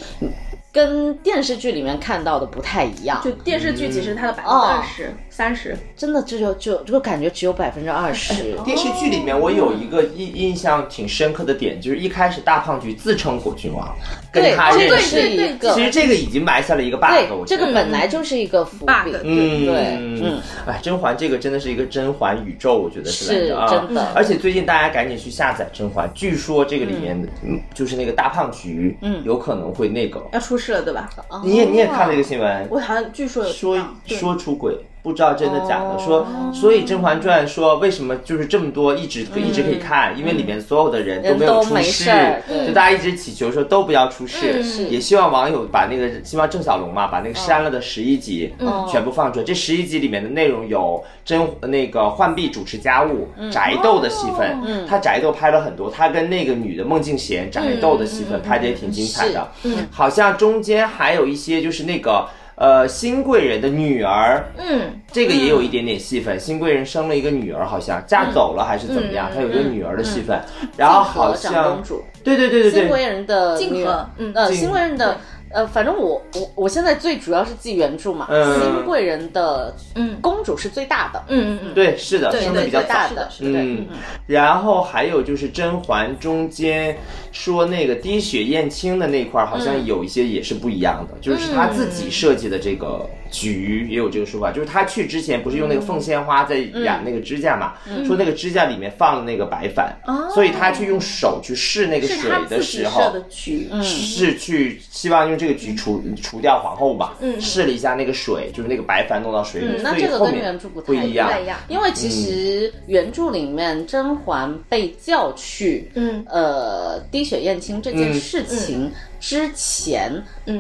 跟电视剧里面看到的不太一样，就电视剧，其实它的百分之哦二十、三十，真的只有就就感觉只有百分之二十。电视剧里面，我有一哦个印印象挺深刻的点，就是一开始大胖菊自称果郡王，跟对，他这认个识是。一个，其实这个已经埋下了一个啊 bug，对我，觉这得个本来就是一个伏 bug 笔。嗯，对嗯，哎，甄嬛这个真的是一个甄嬛宇宙，我觉得是来是着啊真的而且最近大家赶紧去下载甄嬛，据说这个里面的嗯就是那个大胖菊，嗯，有可能会那个。要出事了，对吧？哦嗯你也你也看了一个新闻，我好像据说有嗯说对说出轨，不知道真的假的。哦说，所以《甄嬛传》说为什么就是这么多一直、一直可以看，因为里面所有的人都嗯人没都有出没事事儿，对就大家一直祈求说都不要出事，嗯也希望网友把那个希望郑晓龙嘛把那个删了的十一集、全部放出来。这十一集里面的内容有甄那个浣碧主持家务、翟斗的戏份，他翟斗拍了很多，他跟那个女的孟静娴翟斗的戏份拍的也挺精彩的。好像中间还有一些就是那个呃新贵人的女儿，嗯，嗯这个也有一点点戏份。新贵人生了一个女儿，好像嫁走了还是怎么样，她有一个女儿的戏份。然后好静和长像公主，对对对对新对，贵人的静女和儿嗯呃，静新贵人的。呃，反正我我我现在最主要是记原著嘛，嗯新贵人的公主是最大的，嗯嗯嗯，对是的，生的对比较最大早的。是的，是的，嗯，然后还有就是甄嬛中间说那个滴血验亲的那块儿，好像有一些也是不一样的，就是她自己设计的这个局也有这个说法，就是她去之前不是用那个凤仙花在染那个指甲嘛，说那个指甲里面放了那个白矾，所以她去用手去试那个是水他自己时候设。的局，嗯是去希望用这个局除除掉皇后吧，试了一下那个水，就是那个白矾弄到水里，嗯那所以这个后跟面原著不不太一一样不太一样因为其实原著里面甄嬛被叫去，嗯呃，滴血验亲这件嗯事情之前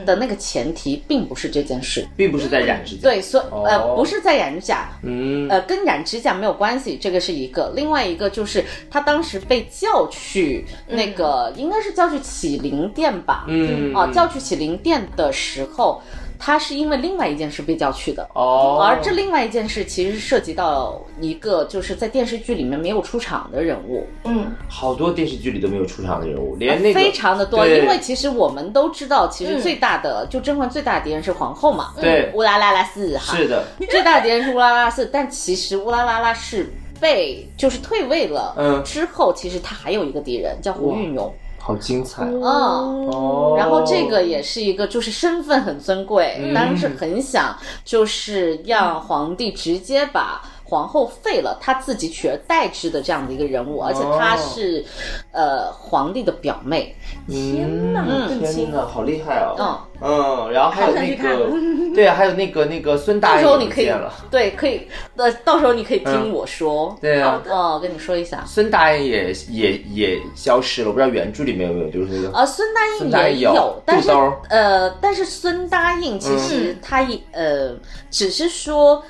的那个前提，并不是这件事，并不是在染指甲，对，所哦呃不是在染甲，嗯，呃，跟染指甲没有关系，这个是一个。另外一个就是他当时被叫去那个，应该是叫去启灵殿吧？嗯啊，叫去启灵殿的时候，他是因为另外一件事被叫去的。哦，而这另外一件事其实涉及到一个就是在电视剧里面没有出场的人物，嗯，好多电视剧里都没有出场的人物，连那个啊非常的多。对因为其实我们都知道，其实最大的、就甄嬛最大的敌人是皇后嘛，对乌拉拉拉四哈， (laughs) 是的，最大的敌人是乌拉拉拉氏，但其实乌拉拉拉氏被就是退位了，嗯之后其实他还有一个敌人叫胡运勇，好精彩啊嗯哦。嗯然后这个也是一个就是身份很尊贵，当时很想就是让皇帝直接把。皇后废了，他自己取而代之的这样的一个人物，而且她哦是，呃，皇帝的表妹，天哪嗯更天新哪，好厉害哦！嗯，嗯，然后还有那好想个， (laughs) 对啊，还有那个那个孙大到爷时候你不可以见了，嗯对，可以，呃，到时候你可以听我说，对啊，哦，跟你说一下，孙大爷也也也消失了，我不知道原著里面有没有，就是那个呃，孙答孙应答应也有但是肚兜儿呃，但是孙答应其实嗯他也、呃，只是说。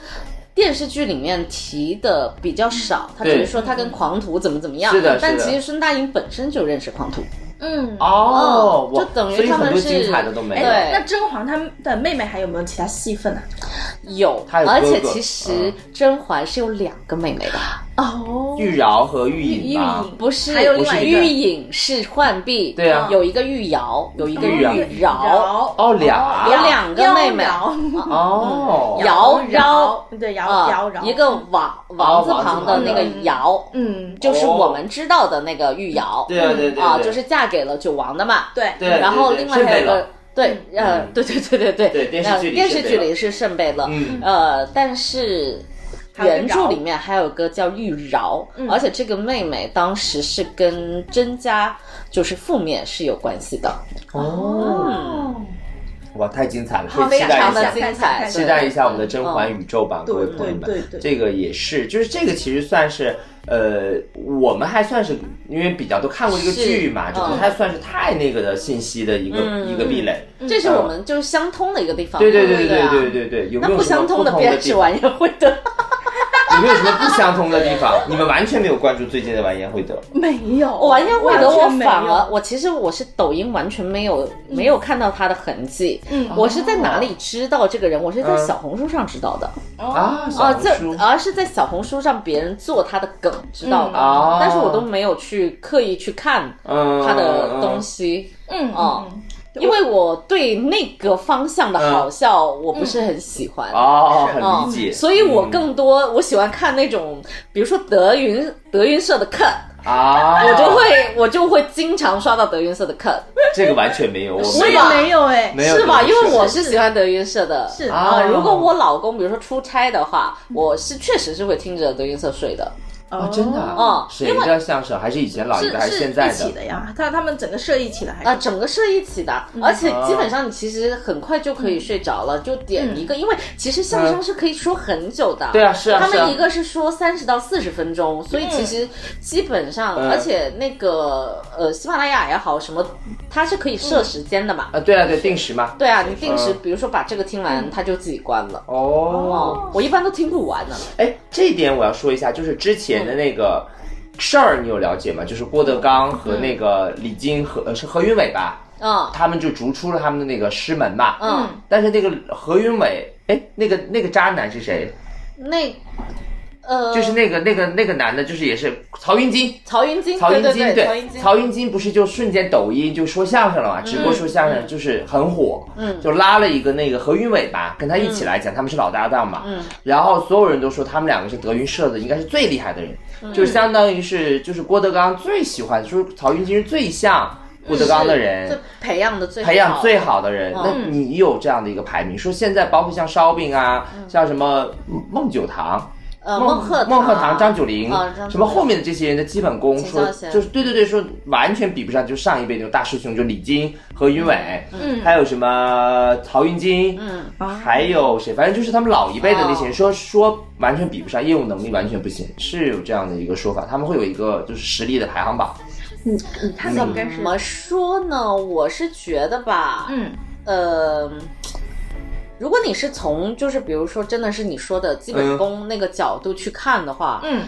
电视剧里面提的比较少，他只对是说他跟狂徒怎么怎么样，是的是的但其实孙答应本身就认识狂徒，嗯，哦，就我等于所以他们很多是哎精彩的都没有。对哎那甄嬛她的妹妹还有没有其他戏份啊？有，他有而哥且哥嗯其实甄嬛是有两个妹妹的，哦，玉娆和玉玉隐吧，影不是，还有另外一个玉隐是浣碧，对啊有一个玉瑶，有一个玉玉瑶娆，哦俩有两个妹妹妖哦，瑶娆娆对瑶啊瑶娆，一个王王字王字旁的旁那的个瑶，嗯就是我们知道的那个玉瑶，哦对啊对对对啊，就是嫁给了九王的嘛。对对然后另外圣还贝有一勒嗯个。对，呃，对对对对对，对电视剧里呃电视圣贝剧勒里是圣贝勒，嗯呃，但是还有个原著饶嗯里面还有个叫玉娆，而且这个妹妹当时是跟甄家就是负面是有关系的，嗯哦，哦，哇，太精彩了，可以非期待常一的嗯下。精彩，期待一下我们的甄嬛宇宙版，各位对朋友们。对对对这个也是，就是这个其实算是，呃，我们还算是因为比较都看过这个是剧嘛，就不嗯太算是太那个的信息的一个、嗯一个壁垒。嗯，这是我们就是相通的一个地方，对对对对对啊对对对，有没那有不什么相不通的同别的人地是方？玩宴会的，有没有什么不相同的地方？你们完全没有关注最近的完颜慧 (laughs) 德，没有我完全会的，我完全没有反而我其实我是抖音完全没有、嗯没有看到他的痕迹，嗯我是在哪里知道这个人？我是在哦嗯小红书上知道的，嗯啊，小啊，红这书而是在小红书上别人做他的梗知道的，嗯哦但是我都没有去刻意去看嗯，呃他的东西。西，嗯哦嗯因为我对那个方向的好笑、我不是很喜欢。哦，嗯很理解，嗯所以我更多、我喜欢看那种，比如说德云德云社的 cut，啊，嗯我就会我就会经常刷到德云社的 cut，这个完全没有，我我没也有没有哎，没有是吧？德因云社为我是喜欢德云社的，是啊。哦如果我老公比如说出差的话，我是确实是会听着德云社睡的。啊，真的啊哦谁的相声还是以前老一是辈还是现在一起的？的呀，他他们整个社一起的还啊，是整个是一起的，而且基本上你其实很快就可以睡着了，就点一个，因为其实相声是可以说很久的。对啊，是啊，他是啊们一个是说三十到四十分钟，所以其实基本上，嗯而且那个呃，喜马拉雅也好，什么它是可以设时间的嘛。啊，对啊，对，定时嘛。对啊，你定时嗯，比如说把这个听完，它就自己关了。哦，哦，我一般都听不完呢。哎，这一点我要说一下，就是之前的那个嗯事儿，你有了解吗？就是郭德纲和那个李菁和呃是何云伟吧，嗯他们就逐出了他们的那个师门嘛。嗯，但是那个何云伟，哎，那个那个渣男是谁？那呃，就是那个那个那个男的，就是也是曹云金。曹云金， (laughs) 曹云金对对对，曹云金，曹云金不是就瞬间抖音就说相声了嘛，直播说相声就是很火，嗯就拉了一个那个何云伟吧，跟他一起来讲，他们是老搭档嘛，嗯然后所有人都说他们两个是德云社的，应该是最厉害的人，嗯就是相当于是就是郭德纲最喜欢，就是曹云金是最像郭德纲的人，这培养的嗯最培养好最好的人，那你有这样的一个排名？说现在包括像烧饼啊，嗯像什么孟九堂。呃啊孟鹤孟鹤堂、堂、张九龄啊张九龄，什么后面的这些人的基本功，秦说霄贤就是对对对，说完全比不上，就上一辈那种大师兄，就李菁、何云伟，嗯，还有什么曹云金，嗯，还有谁，反正就是他们老一辈的那些人，哦说说完全比不上，业务能力完全不行，是有这样的一个说法，他们会有一个就是实力的排行榜，嗯你看的应该怎是么说呢？我是觉得吧，嗯呃，如果你是从就是比如说真的是你说的基嗯本功那个角度去看的话，嗯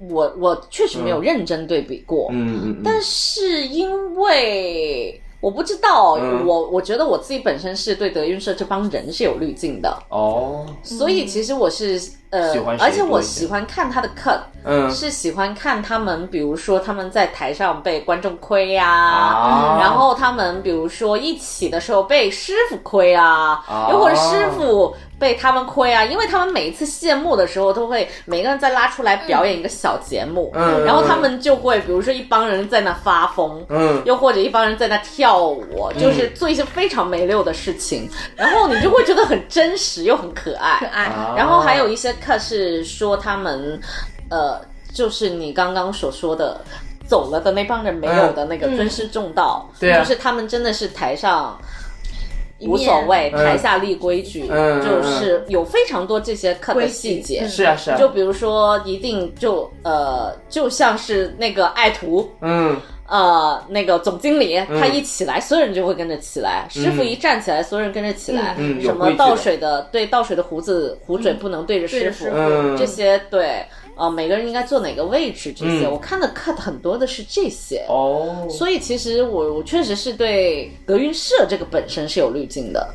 我我确实没有认真对比过，嗯嗯嗯，但是因为。我不知道，嗯我我觉得我自己本身是对德云社这帮人是有滤镜的，哦，所以其实我是呃喜欢，谁而且多我一些喜欢看他的 cut，嗯是喜欢看他们，比如说他们在台上被观众亏呀、啊然后他们比如说一起的时候被师傅亏啊，啊又或者师傅被他们亏啊，因为他们每一次谢幕的时候都会每个人再拉出来表演一个小节目，嗯然后他们就会比如说一帮人在那发疯，嗯，又或者一帮人在那跳舞，就是做一些非常没溜的事情，然后你就会觉得很真实又很可可爱。爱，啊啊然后还有一些课是说他们，呃，就是你刚刚所说的。走了的那帮人没有的那个尊师重道，嗯对啊就是他们真的是台上一无面所谓，嗯台下立规矩，嗯嗯就是有非常多这些课的细节规矩。是啊是啊，就比如说，一定就呃，就像是那个爱徒，嗯呃，那个总经理、他一起来，所有人就会跟着起来；师傅一站起来，所有人跟着起来。嗯嗯嗯有规什么矩的倒水的，对倒水的胡子壶嘴不能对着师傅，对着师嗯，这些对，呃，每个人应该坐哪个位置，这些、嗯我看的 cut 很多的是这些。哦，所以其实我我确实是对德云社这个本身是有滤镜的，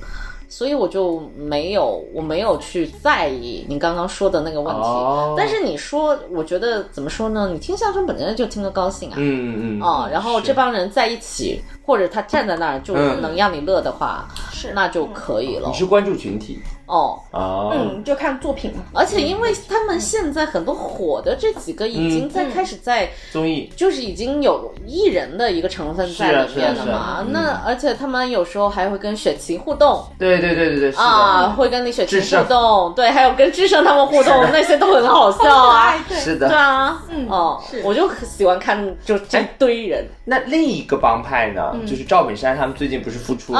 所以我就没有我没有去在意你刚刚说的那个问题。哦但是你说，我觉得怎么说呢？你听相声本身就听得高兴啊。嗯嗯哦，然后这帮人在一起，或者他站在那儿就嗯能让你乐的话，是那就可以了你。是关注群体哦，哦，嗯，就看作品嘛。而且因为他们现在很多火的这几个嗯已经在开始在综艺就是已经有艺人的一个成分在里面了是啊是啊是嘛。啊嗯那而且他们有时候还会跟雪琪互动对对对对对是的啊，会跟李雪智琪胜互动，对，还有跟智胜他们互动，那些都很好笑啊。(laughs) 对是对的。啊，哦，我就喜欢看就这堆人那另一个帮派呢，就是赵本山他们最近不是复出了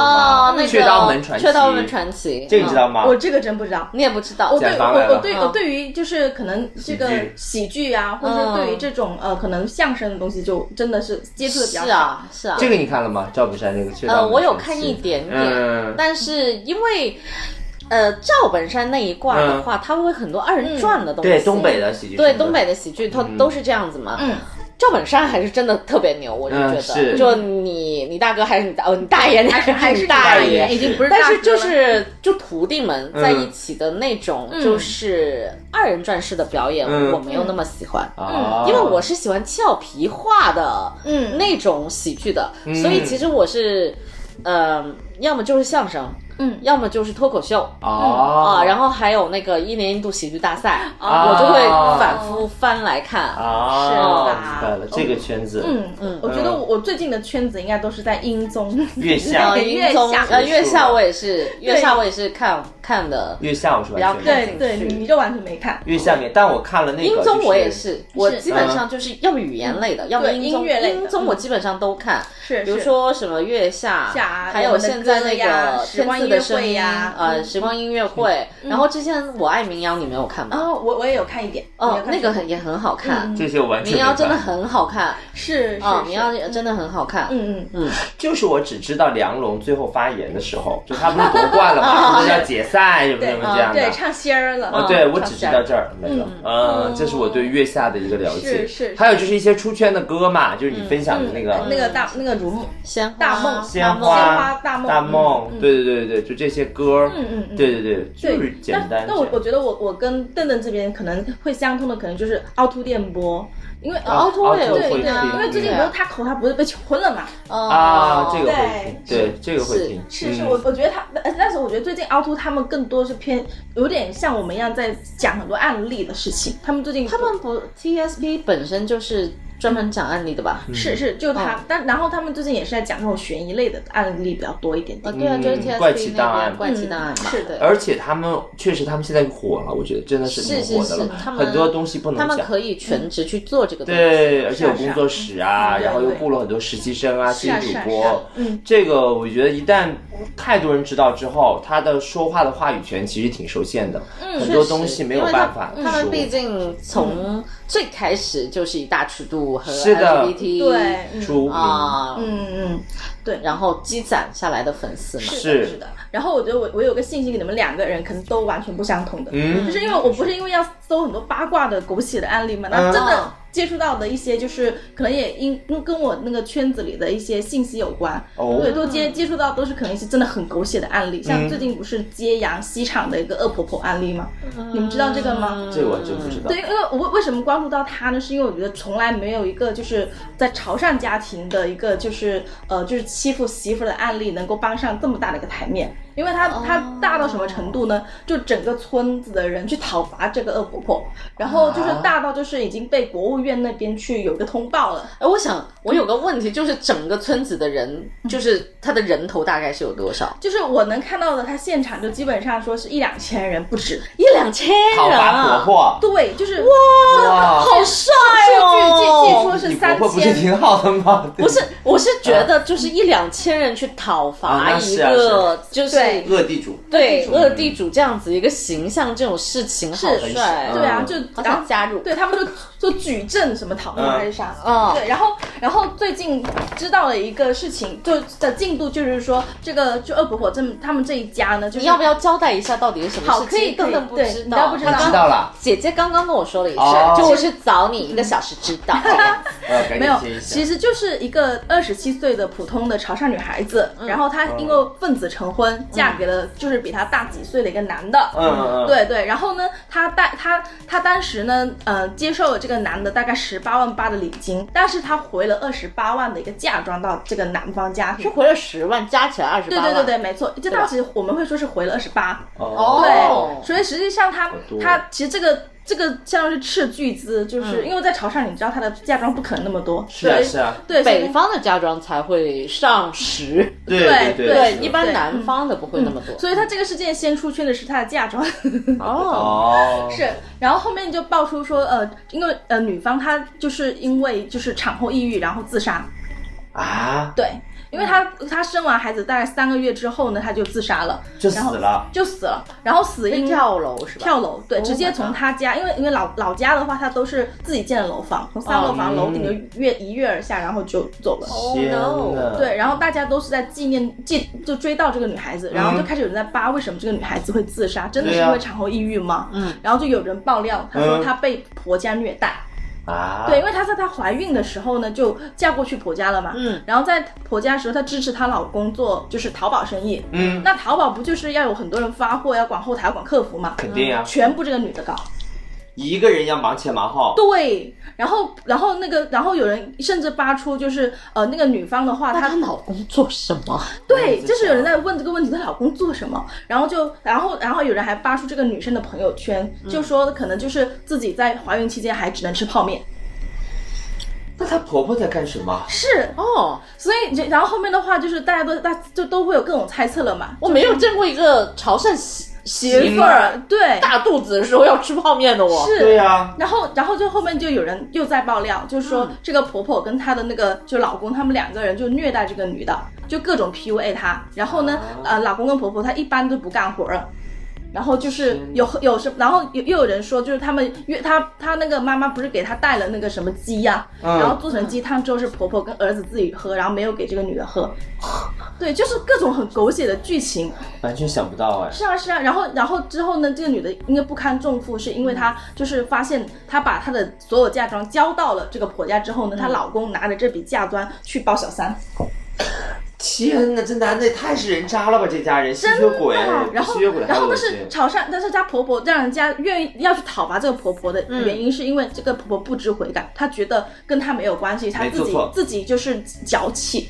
吗？啊，嗯那个雀刀门传奇，雀刀门传奇，这个你知道嗯吗？我这个真不知道。你也不知道啊我，对甲我方来了我对嗯我对于就是可能这个喜剧啊，或嗯者是对于这种呃可能相声的东西，就真的是接触的比较是少。啊是啊，这个你看了吗？赵本山那个雀刀呃，门传奇我有看一点点，嗯但是因为。呃，赵本山那一挂的话，他会很多二人转的东西。对东北的喜剧，对东北的喜剧，它都是这样子嘛。嗯，赵本山还是真的特别牛，我就觉嗯是得，就你你大哥还是你大哦，你大爷还是还是 (laughs) 你大爷爷。已经不是大但哥了，是就是就徒弟们在一起的那种，嗯就是二人转式的表演，嗯我没有那么喜欢。啊，嗯因为我是喜欢俏皮话的，嗯那种喜剧的，所以其实我是，呃，要么就是相声，嗯要么就是脱口秀。啊啊，然后还有那个一年一度喜剧大赛，哦啊我就会反复翻来看。啊，是吧明白了这个圈子，嗯嗯，我觉得我我最近的圈子应该都是在音综， (laughs) 月然下后对英综月下呃，月下我也是，月下我也是看看的。月下我是完全不要没看对对，兴趣你你就完全没看。月下面，但我看了那个英就综是我也是，我基本上就是要么语言类的，要么嗯对英综音乐类的英综我基本上都看，是比如是说什么月下，下啊还有现在那我们的歌呀个时天光赐音乐的声会音呀嗯呃，时光音乐会。然后之前我爱民谣，你没有看吗？哦，我我也有看一嗯点，我哦有，看那个一点很也很好看，这些我完全民谣没真的看很好看是是啊，是民谣真的很好看。嗯嗯，就是我只知道梁龙最后发言的时候，就他不是夺冠 (laughs) 了嘛，说要解散什么什么这样的。啊对，唱仙儿了，啊，对，我只知道这儿没有。嗯，这是我对月下的一个了解。是是还有就是一些出圈的歌嘛，就是你分享的那个那个大那个如梦，鲜花大梦鲜鲜花花、大梦大梦，对对对对，对就这些歌。嗯嗯对对对，对就是，简单那。那我我觉得我我跟邓邓这边可能会相通的，可能就是凹凸电波，因为呃啊凹凸凹也凸有会对听听啊因为最近不是他口他不是被求婚了嘛？哦啊，这个会对听，对这个会是听。是是，嗯我我觉得他，呃但是我觉得最近凹凸他们更多是偏有点像我们一样在讲很多案例的事情，他们最近他们不 TSP 本身就是专门讲案例的嗯吧？是是就他，嗯但然后他们最近也是在讲这种悬疑类的案例比较多一点啊，点。对啊，就是嗯 TSP 怪奇档那案边怪奇档案嘛，是对。的而且他们确实，他们现在火了，我觉得真的是是挺是火的是了，，他们很多东西不他能们讲。可以全职去做这个东西。对，而且有是啊工作室啊，然后又雇了很多实习生啊、新啊主是啊是播啊。嗯，这个我觉得一旦太多人知道之后，他的说话的话语权其实挺受限的，嗯很多东西没有办法嗯因为他他们毕说竟从最开始就是以大尺度和嗯是的 LGBT 对，嗯出名。啊，嗯嗯，对，然后积攒下来的粉丝嘛。是的，是的。然后我觉得我我有个信息给你们两个人，可能都完全不相同的，嗯就是因为我不是因为要搜很多八卦的狗血的案例嘛，那真嗯的接触到的一些就是可能也因跟我那个圈子里的一些信息有关，哦对，都接接触到都是可能一些真的很狗血的案例，像最近不是揭阳西厂的一个恶婆婆案例吗？你们知道这个吗？这个我真不知道嗯对，。因为我为为什么关注到他呢？是因为我觉得从来没有一个就是在潮汕家庭的一个就是呃就是欺负媳妇儿的案例能够搬上这么大的一个台面。因因为它它大到什么程度呢？就整个村子的人去讨伐这个恶婆婆，然后就是啊大到就是已经被国务院那边去有个通报了。哎，我想我有个问题，就是整个村子的人，就是他的人头大概是有多少？就是我能看到的，它现场就基本上说是一两千人不止。一两千讨人伐婆婆，啊！对，啊就是哇，哇，好帅数哦！据记记说你婆是三婆不是千，挺好的吗？不是，我是觉得就是一两千人去讨啊伐那是一啊个，就是对恶地主，对主恶地主这样子一个形象，这种事情好是帅，对啊，嗯就好然后想加入。对他们就就举证什么讨论嗯还是啥，嗯对，然后然后最近知道了一个事情，就的进度就是说，这个就恶婆婆这他们这一家呢，就是你要不要交代一下到底是什么事情？好可以邓邓不可以知对你道，都不知他道知道了，姐姐刚刚跟我说了一声，哦就我是早你一个小时知道。我呃要赶没紧有接一，下其。实就是一个二十七岁的普通的潮汕女孩子，嗯然后她因为分子成婚，嫁给了就是比她大几岁的一个男的。嗯嗯嗯，对对，然后呢，她带她她当时呢，呃，接受了这个男的大概十八万八的礼金，但是她回了二十八万的一个嫁妆到这个男方家是庭。回了十万，加起来二十八对万。对对对，对，没错，这当时我们会说是回了二十八，哦哦对，所以实际上他多他其实这个这个相当于是斥巨资，就是、嗯因为在潮汕，你知道他的嫁妆不可能那么多，是啊是啊，对，所以北方的嫁妆才会上十，对对对对，嗯是一般南方的不会那么多。所以他这个事件先出圈的是他的嫁妆，哦，哦，是，然后后面就爆出说，呃，因为呃女方她就是因为就是产后抑郁然后自杀，啊，对，因为她她生完孩子大概三个月之后呢，她就自杀了，就死然后了就死了，然后死因跳楼是吧？跳楼，对， Oh 直接 my 从 god 他家，因为因为老老家的话，他都是自己建的楼房，从哦三楼房楼嗯顶就越一跃而下，然后就走了。天 no 呐，Oh 对，然后大家都是在纪念纪就追悼这个女孩子，然嗯后就开始有人在扒为什么这个女孩子会自杀，真的是对啊因为产后抑郁吗？嗯，然后就有人爆料，她嗯说她被婆家虐待。啊，对，因为她在她怀孕的时候呢，就嫁过去婆家了嘛。嗯，然后在婆家的时候，她支持她老公做就是淘宝生意。嗯，那淘宝不就是要有很多人发货，要管后台，要管客服嘛？肯定呀，全部这个女的搞。一个人要忙前忙后，对，然后然后那个，然后有人甚至扒出就是呃那个女方的话，那她她老公做什么？对，就是有人在问这个问题，她老公做什么？然后就然后然后有人还扒出这个女生的朋友圈，就说可能就是自己在怀孕期间还只能吃泡面，那她婆婆在干什么？是，哦，所以就然后后面的话就是大家都大就都会有各种猜测了嘛。我没有见过一个潮汕媳媳妇儿儿对大肚子的时候要吃泡面的我。是对啊呀，然后，然后就后面就有人又在爆料，就嗯说这个婆婆跟她的那个就老公，他们两个人就虐待这个女的，就各种 PUA 她。然后呢，啊呃，老公跟婆婆她一般都不干活儿，然后就是天哪有有什，然后又又有人说，就是他们约她，她那个妈妈不是给她带了那个什么鸡呀、嗯然后做成鸡汤之后是婆婆跟儿子自己喝，然后没有给这个女的 (laughs) 喝。对，就是各种很狗血的剧情。完全想不到哎，是啊是啊，然后然后之后呢，这个女的因为不堪重负，是因为她就是发现她把她的所有嫁妆交到了这个婆家之后呢，她老公拿着这笔嫁妆去包小三，天呐，这男的也太是人渣了吧！这家人吸血鬼，啊然吸后血鬼啊还然后恶但心是。潮汕，但是她婆婆让人家愿意要去讨伐这个婆婆的原因，是因为这个婆婆不知悔改，她觉得跟她没有关系，她没自做己错自己就是矫情。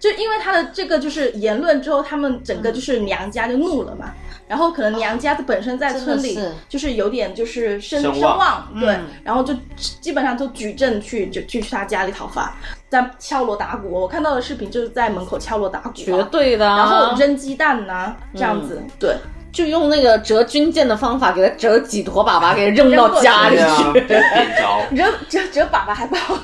就因为她的这个就是言论之后，他们整个就是娘家就怒了嘛，然后可能娘家本身在真的村里是就是有点就是声声声望望，对，然后就基本上都举证去就去他家里讨伐，在敲锣打鼓，我看到的视频就是在门口敲锣打鼓啊，绝对的啊、然后扔鸡蛋呐、啊这样嗯子，对，就用那个折军舰的方法，给它折几坨粑粑，给它扔到家里对呀， (laughs) 去啊真点着。折 (laughs) 折折粑粑还不好，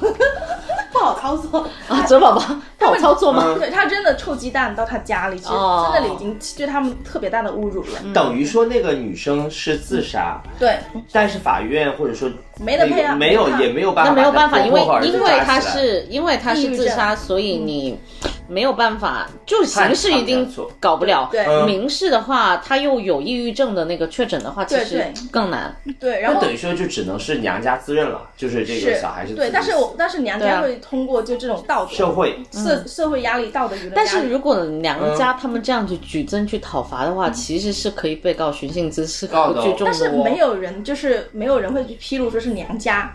(laughs) 不好操作。啊！折粑粑不好操作吗？对他扔了臭鸡蛋到他家里去，哦嗯在那里已经对他们特别大的侮辱了。等于说那个女生是自杀，对，但是法院或者说没得那个配啊没有没得也没有办法，那没有办法，因为把她因婆婆为和儿子他抓起来是因为他是自杀，所以你没有办法，就刑事一定搞不了。对嗯民事的话，他又有抑郁症的那个确诊的话，其对实对更难。对，然那后等于说就只能是娘家自认了，就是这个是小孩是自对，己但是我但是娘对啊嗯家会通过就这种道德、社会社社会压力、道德舆论压力，但是如果嗯娘家他们这样去举证去讨伐的话，其实是可以被告寻衅滋事告和的哦聚众嗯但是的哦。没有人就是没有人会去披露说是娘家。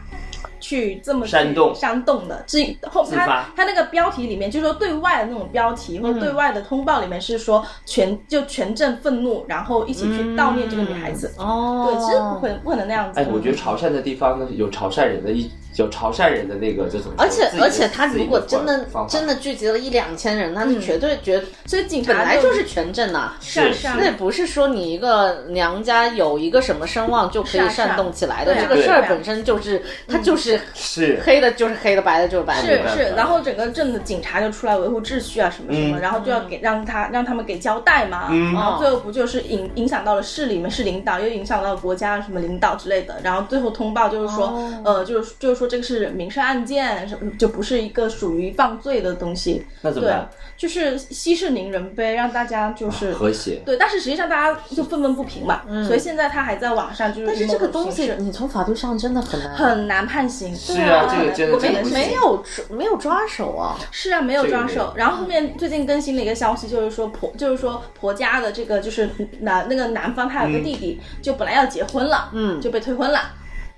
去这么去煽动煽动的，自后自他发他那个标题里面，就是说对外的那种标题嗯或者对外的通报里面是说全就全镇愤怒，然后一起去悼念这个女孩子。哦，对，其实不可不可能那样子。哎，我觉得潮汕的地方呢，有潮汕人的一有潮汕人的那个就怎么说，而且自己的而且他如果真自己的方法真的聚集了一两千人，那就绝对绝，所以警察本来就嗯就是全镇呐、是啊是是啊那不是说你一个娘家有一个什么声望就可以是啊是啊煽动起来的，对啊这个事对儿啊本身就是它就是是黑的就是黑的，白的就是白的。是没办是，法然后整个镇的警察就出来维护秩序啊，什么什么，嗯然后就要给让他让他们给交代嘛，嗯然哦后最后不就是影影响到了市里面市领导，又影响到国家什么领导之类的，然后最后通报就是说，哦呃，就是就是说这个是民事案件，什么就不是一个属于犯罪的东西，那怎么对办？，啊就是息事宁人呗，让大家就是。和谐。对，但是实际上大家就愤愤不平嘛，所以现在他还在网上就是。嗯但是这个东西，你从法律上真的很难。很难判刑，是啊，这个真的我真没的不行没有抓没有抓手啊，是啊，没有抓这个没有手。然后后面最近更新了一个消息，就是说婆，就是说婆家的这个就是男那个男方他有个弟弟，就本来要结婚了，嗯就被退婚了。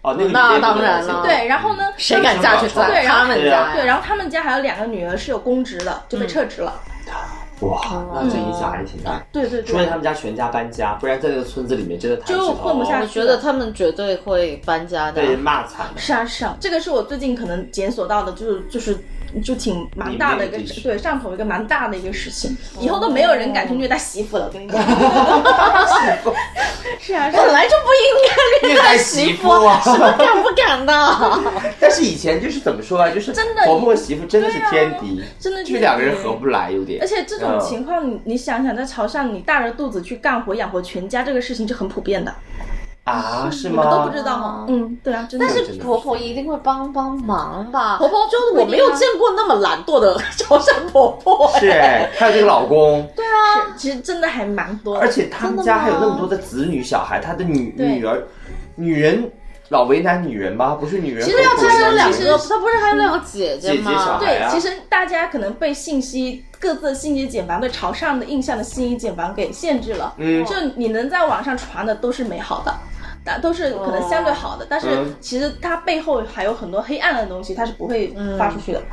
哦，那个那里面当不能然有了这个对，然后呢， (laughs) 谁敢嫁嫁去去咱咱他他们们家呀家？对，然后他们家还有两个女儿是有公职的，就被撤职了。哇，那这影响还是挺大。对对除非他对，们家全家搬家，不然在那个村子里面真的太就混不下我觉得他们绝对会搬家的被。人骂惨 (laughs) 了。是啊是啊，这个是我最近可能检索到的，就是就是。就挺蛮大的一个你那个地，区对上头一个蛮大的一个事情，以后都没有人敢去虐待媳妇了，我跟你讲。 (laughs) 是啊，是啊本来就不应该虐待媳媳妇妇啊，什么敢不敢 (laughs) 的？ (laughs) 但是以前就是怎么说啊，就是真的婆婆和媳妇真的是天敌，真的就是两个人合不来，有点。而且这种嗯情况，你你想想，在潮汕，你大着肚子去干活养活全家，这个事情就很普遍的，啊，是你们都不吗？知道吗啊？嗯，对啊，真的。但真是的婆婆一定会帮帮忙吧？婆婆就是我没有见过那么懒惰的 (laughs) 潮汕婆婆。是哎，还有这个老公，对啊，其实真的还蛮多而的。且他们真的家吗还有那么多的子女小孩，他的女对女儿，女人老为难女人吧？不是女人，其实要何苦为这难样女人两其实她不是还有两个姐姐姐姐小吗？孩对啊，其实大家可能被信息各自的信息茧房，对潮汕的印象的信息茧房给限制了。嗯就你能在网上传的都是美好的。但都是可能相哦对好的，但是嗯其实它背后还有很多黑暗的东西，它是不会嗯发出去的。嗯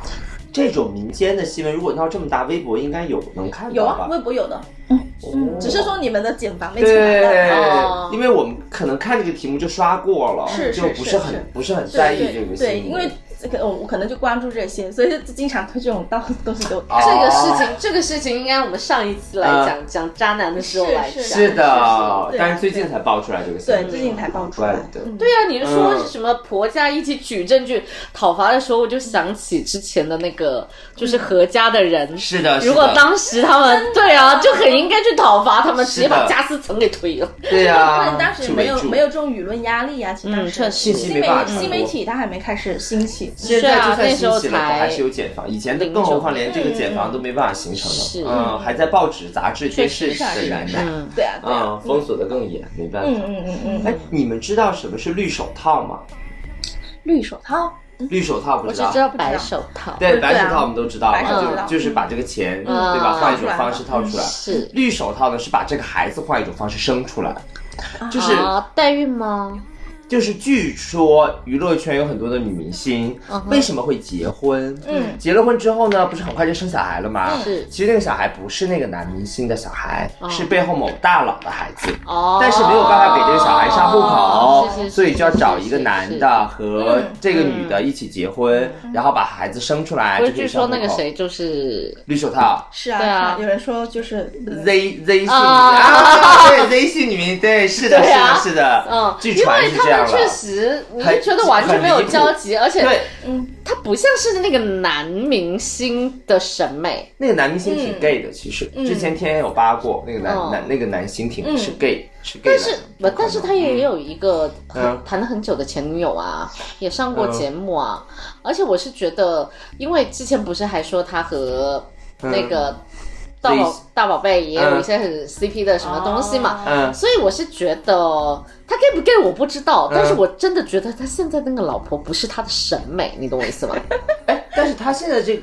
这种民间的新闻，如果闹这么大，微博应该有能看有到吧啊，？微博有的，嗯只是说你们的茧房被起来对了。哦，因为我们可能看这个题目就刷过了，是就是不是是很是不是很在对意对这个新对，闻，因为这个哦我我可能就关注这些，所以就经常推这种到东西给我。啊这个事情，这个事情应该我们上一期来讲、讲渣男的时候来讲。是的啊是，对但是最近才爆出来这个新对闻，，最近才爆出怪来不。得。对呀、你是说嗯什么婆家一起举证据讨伐的时候，我就想起之前的那个，就是何家的人。是的，是如果的当时他们对啊，就很应该去讨伐他们，直接把家私层给推了。对啊但呀，是当时就没有住没有这种舆论压力啊，其实当嗯时确实信息新没媒办法传播新媒体它还没开始兴起。现在就算是啊那时兴候起了，才还是有茧房。以前的，零九更何况连这个茧房都没办法形成是了。嗯，还在报纸、杂志、电视确实是啊的难耐，嗯，对啊，对啊，嗯，封锁的更严，没办嗯法。嗯嗯嗯哎，你们知道什么是绿手套吗？嗯，绿手套绿手套不我只知道知。道白手套。对，对白手对套啊我们都知道白手嘛，套就就是把这个钱，对嗯吧？换一出种来方嘛式套出来。是绿手套呢，是把这个孩子换一种方式生出来，就是啊，代孕吗？就是据说娱乐圈有很多的女明星嗯哼为什么会结婚？嗯结了婚之后呢，不是很快就生小孩了吗？是其实那个小孩不是那个男明星的小孩，嗯哦是背后某大佬的孩子。哦，但是没有办法给这个小孩上户口，是是是所以就要找一个男的和嗯这个女的一起结婚，然后把孩子生出来嗯不就可以是，据上说户口。那个谁就是绿手套是啊，对啊是有人说就是嗯 Z Z 系女啊啊，对 Z 系女明，对，是的，是对的，啊是的，嗯，据因为传是这他样们了确。实，你很就觉得完全没有交集，而且对，他不像是那个男明星的审美，那个男明星挺 gay 的，其实之前天天有扒过那个男嗯男那个男星挺是 gay 是 gay，但男是不，但是他也有一个嗯很谈了很久的前女友啊，也上过节目啊，而且我是觉得，因为之前不是还说他和那个大宝类似大宝贝也有一些很 CP 的什么东西嘛，嗯，所以我是觉得他 gay 不 gay 我不知道，但是我真的觉得他现在那个老婆不是他的审美，你懂我意思吗？ (laughs) 哎，但是他现在这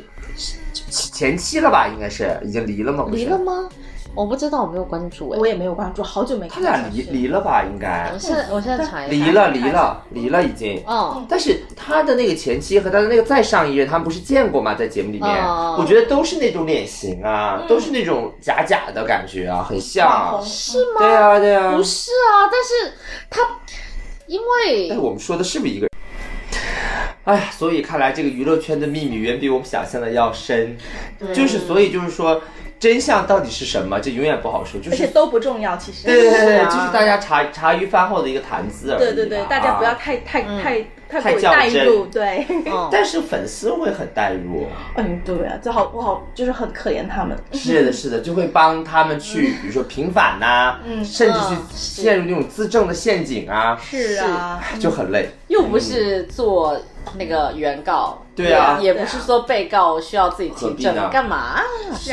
前前妻了吧，应该是已经离了吗？不是离了吗？我不知道，我没有关注哎、我也没有关注，好久没他看。俩离离了吧？应该我现在我现在查一下，离了，离了，离了，已经。嗯，但是他的那个前妻和他的那个再上一任，他们不是见过吗？在节目里面，哦嗯我觉得都是那种脸型啊，都是那种假假的感觉啊，很像。是是吗？对啊，对啊。不是啊，但是他因但为是我们说的是不是一个人？哎呀，所以看来这个娱乐圈的秘密远比我们想象的要深，就是所以就是说，真相到底是什么，这永远不好说，就而且是都不重要，其实。对对对对，啊就是大家茶茶余饭后的一个谈资而已对对对吧，大家不要啊太太太太太过于较带真入，对。嗯但是粉丝会很代入，嗯，对啊，这好不好，就是很可怜他们。是的，是的，就会帮他们嗯去，比如说平反呐、甚至去嗯是陷入那种自证的陷阱啊，是啊，哎就很累。又不是做那个原告，对啊也也不是说被告需要自己何听必证呢，干嘛？是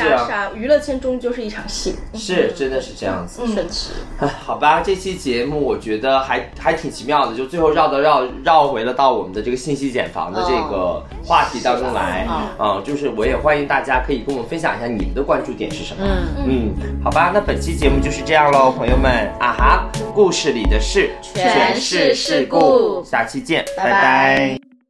是啊啊，是啊，娱乐圈终究是一场戏。是，真嗯的是这样子。确实，哎，好吧，这期节目我觉得还还挺奇妙的，就最后绕的绕绕回了到我们的这个信息茧哦房的这个话题当中来。嗯，就是我也欢迎大家可以跟我们分享一下你们的关注点是什么。嗯，嗯，好吧，那本期节目就是这样喽，朋友们啊哈，故事里的事全是事故下期见，拜拜拜拜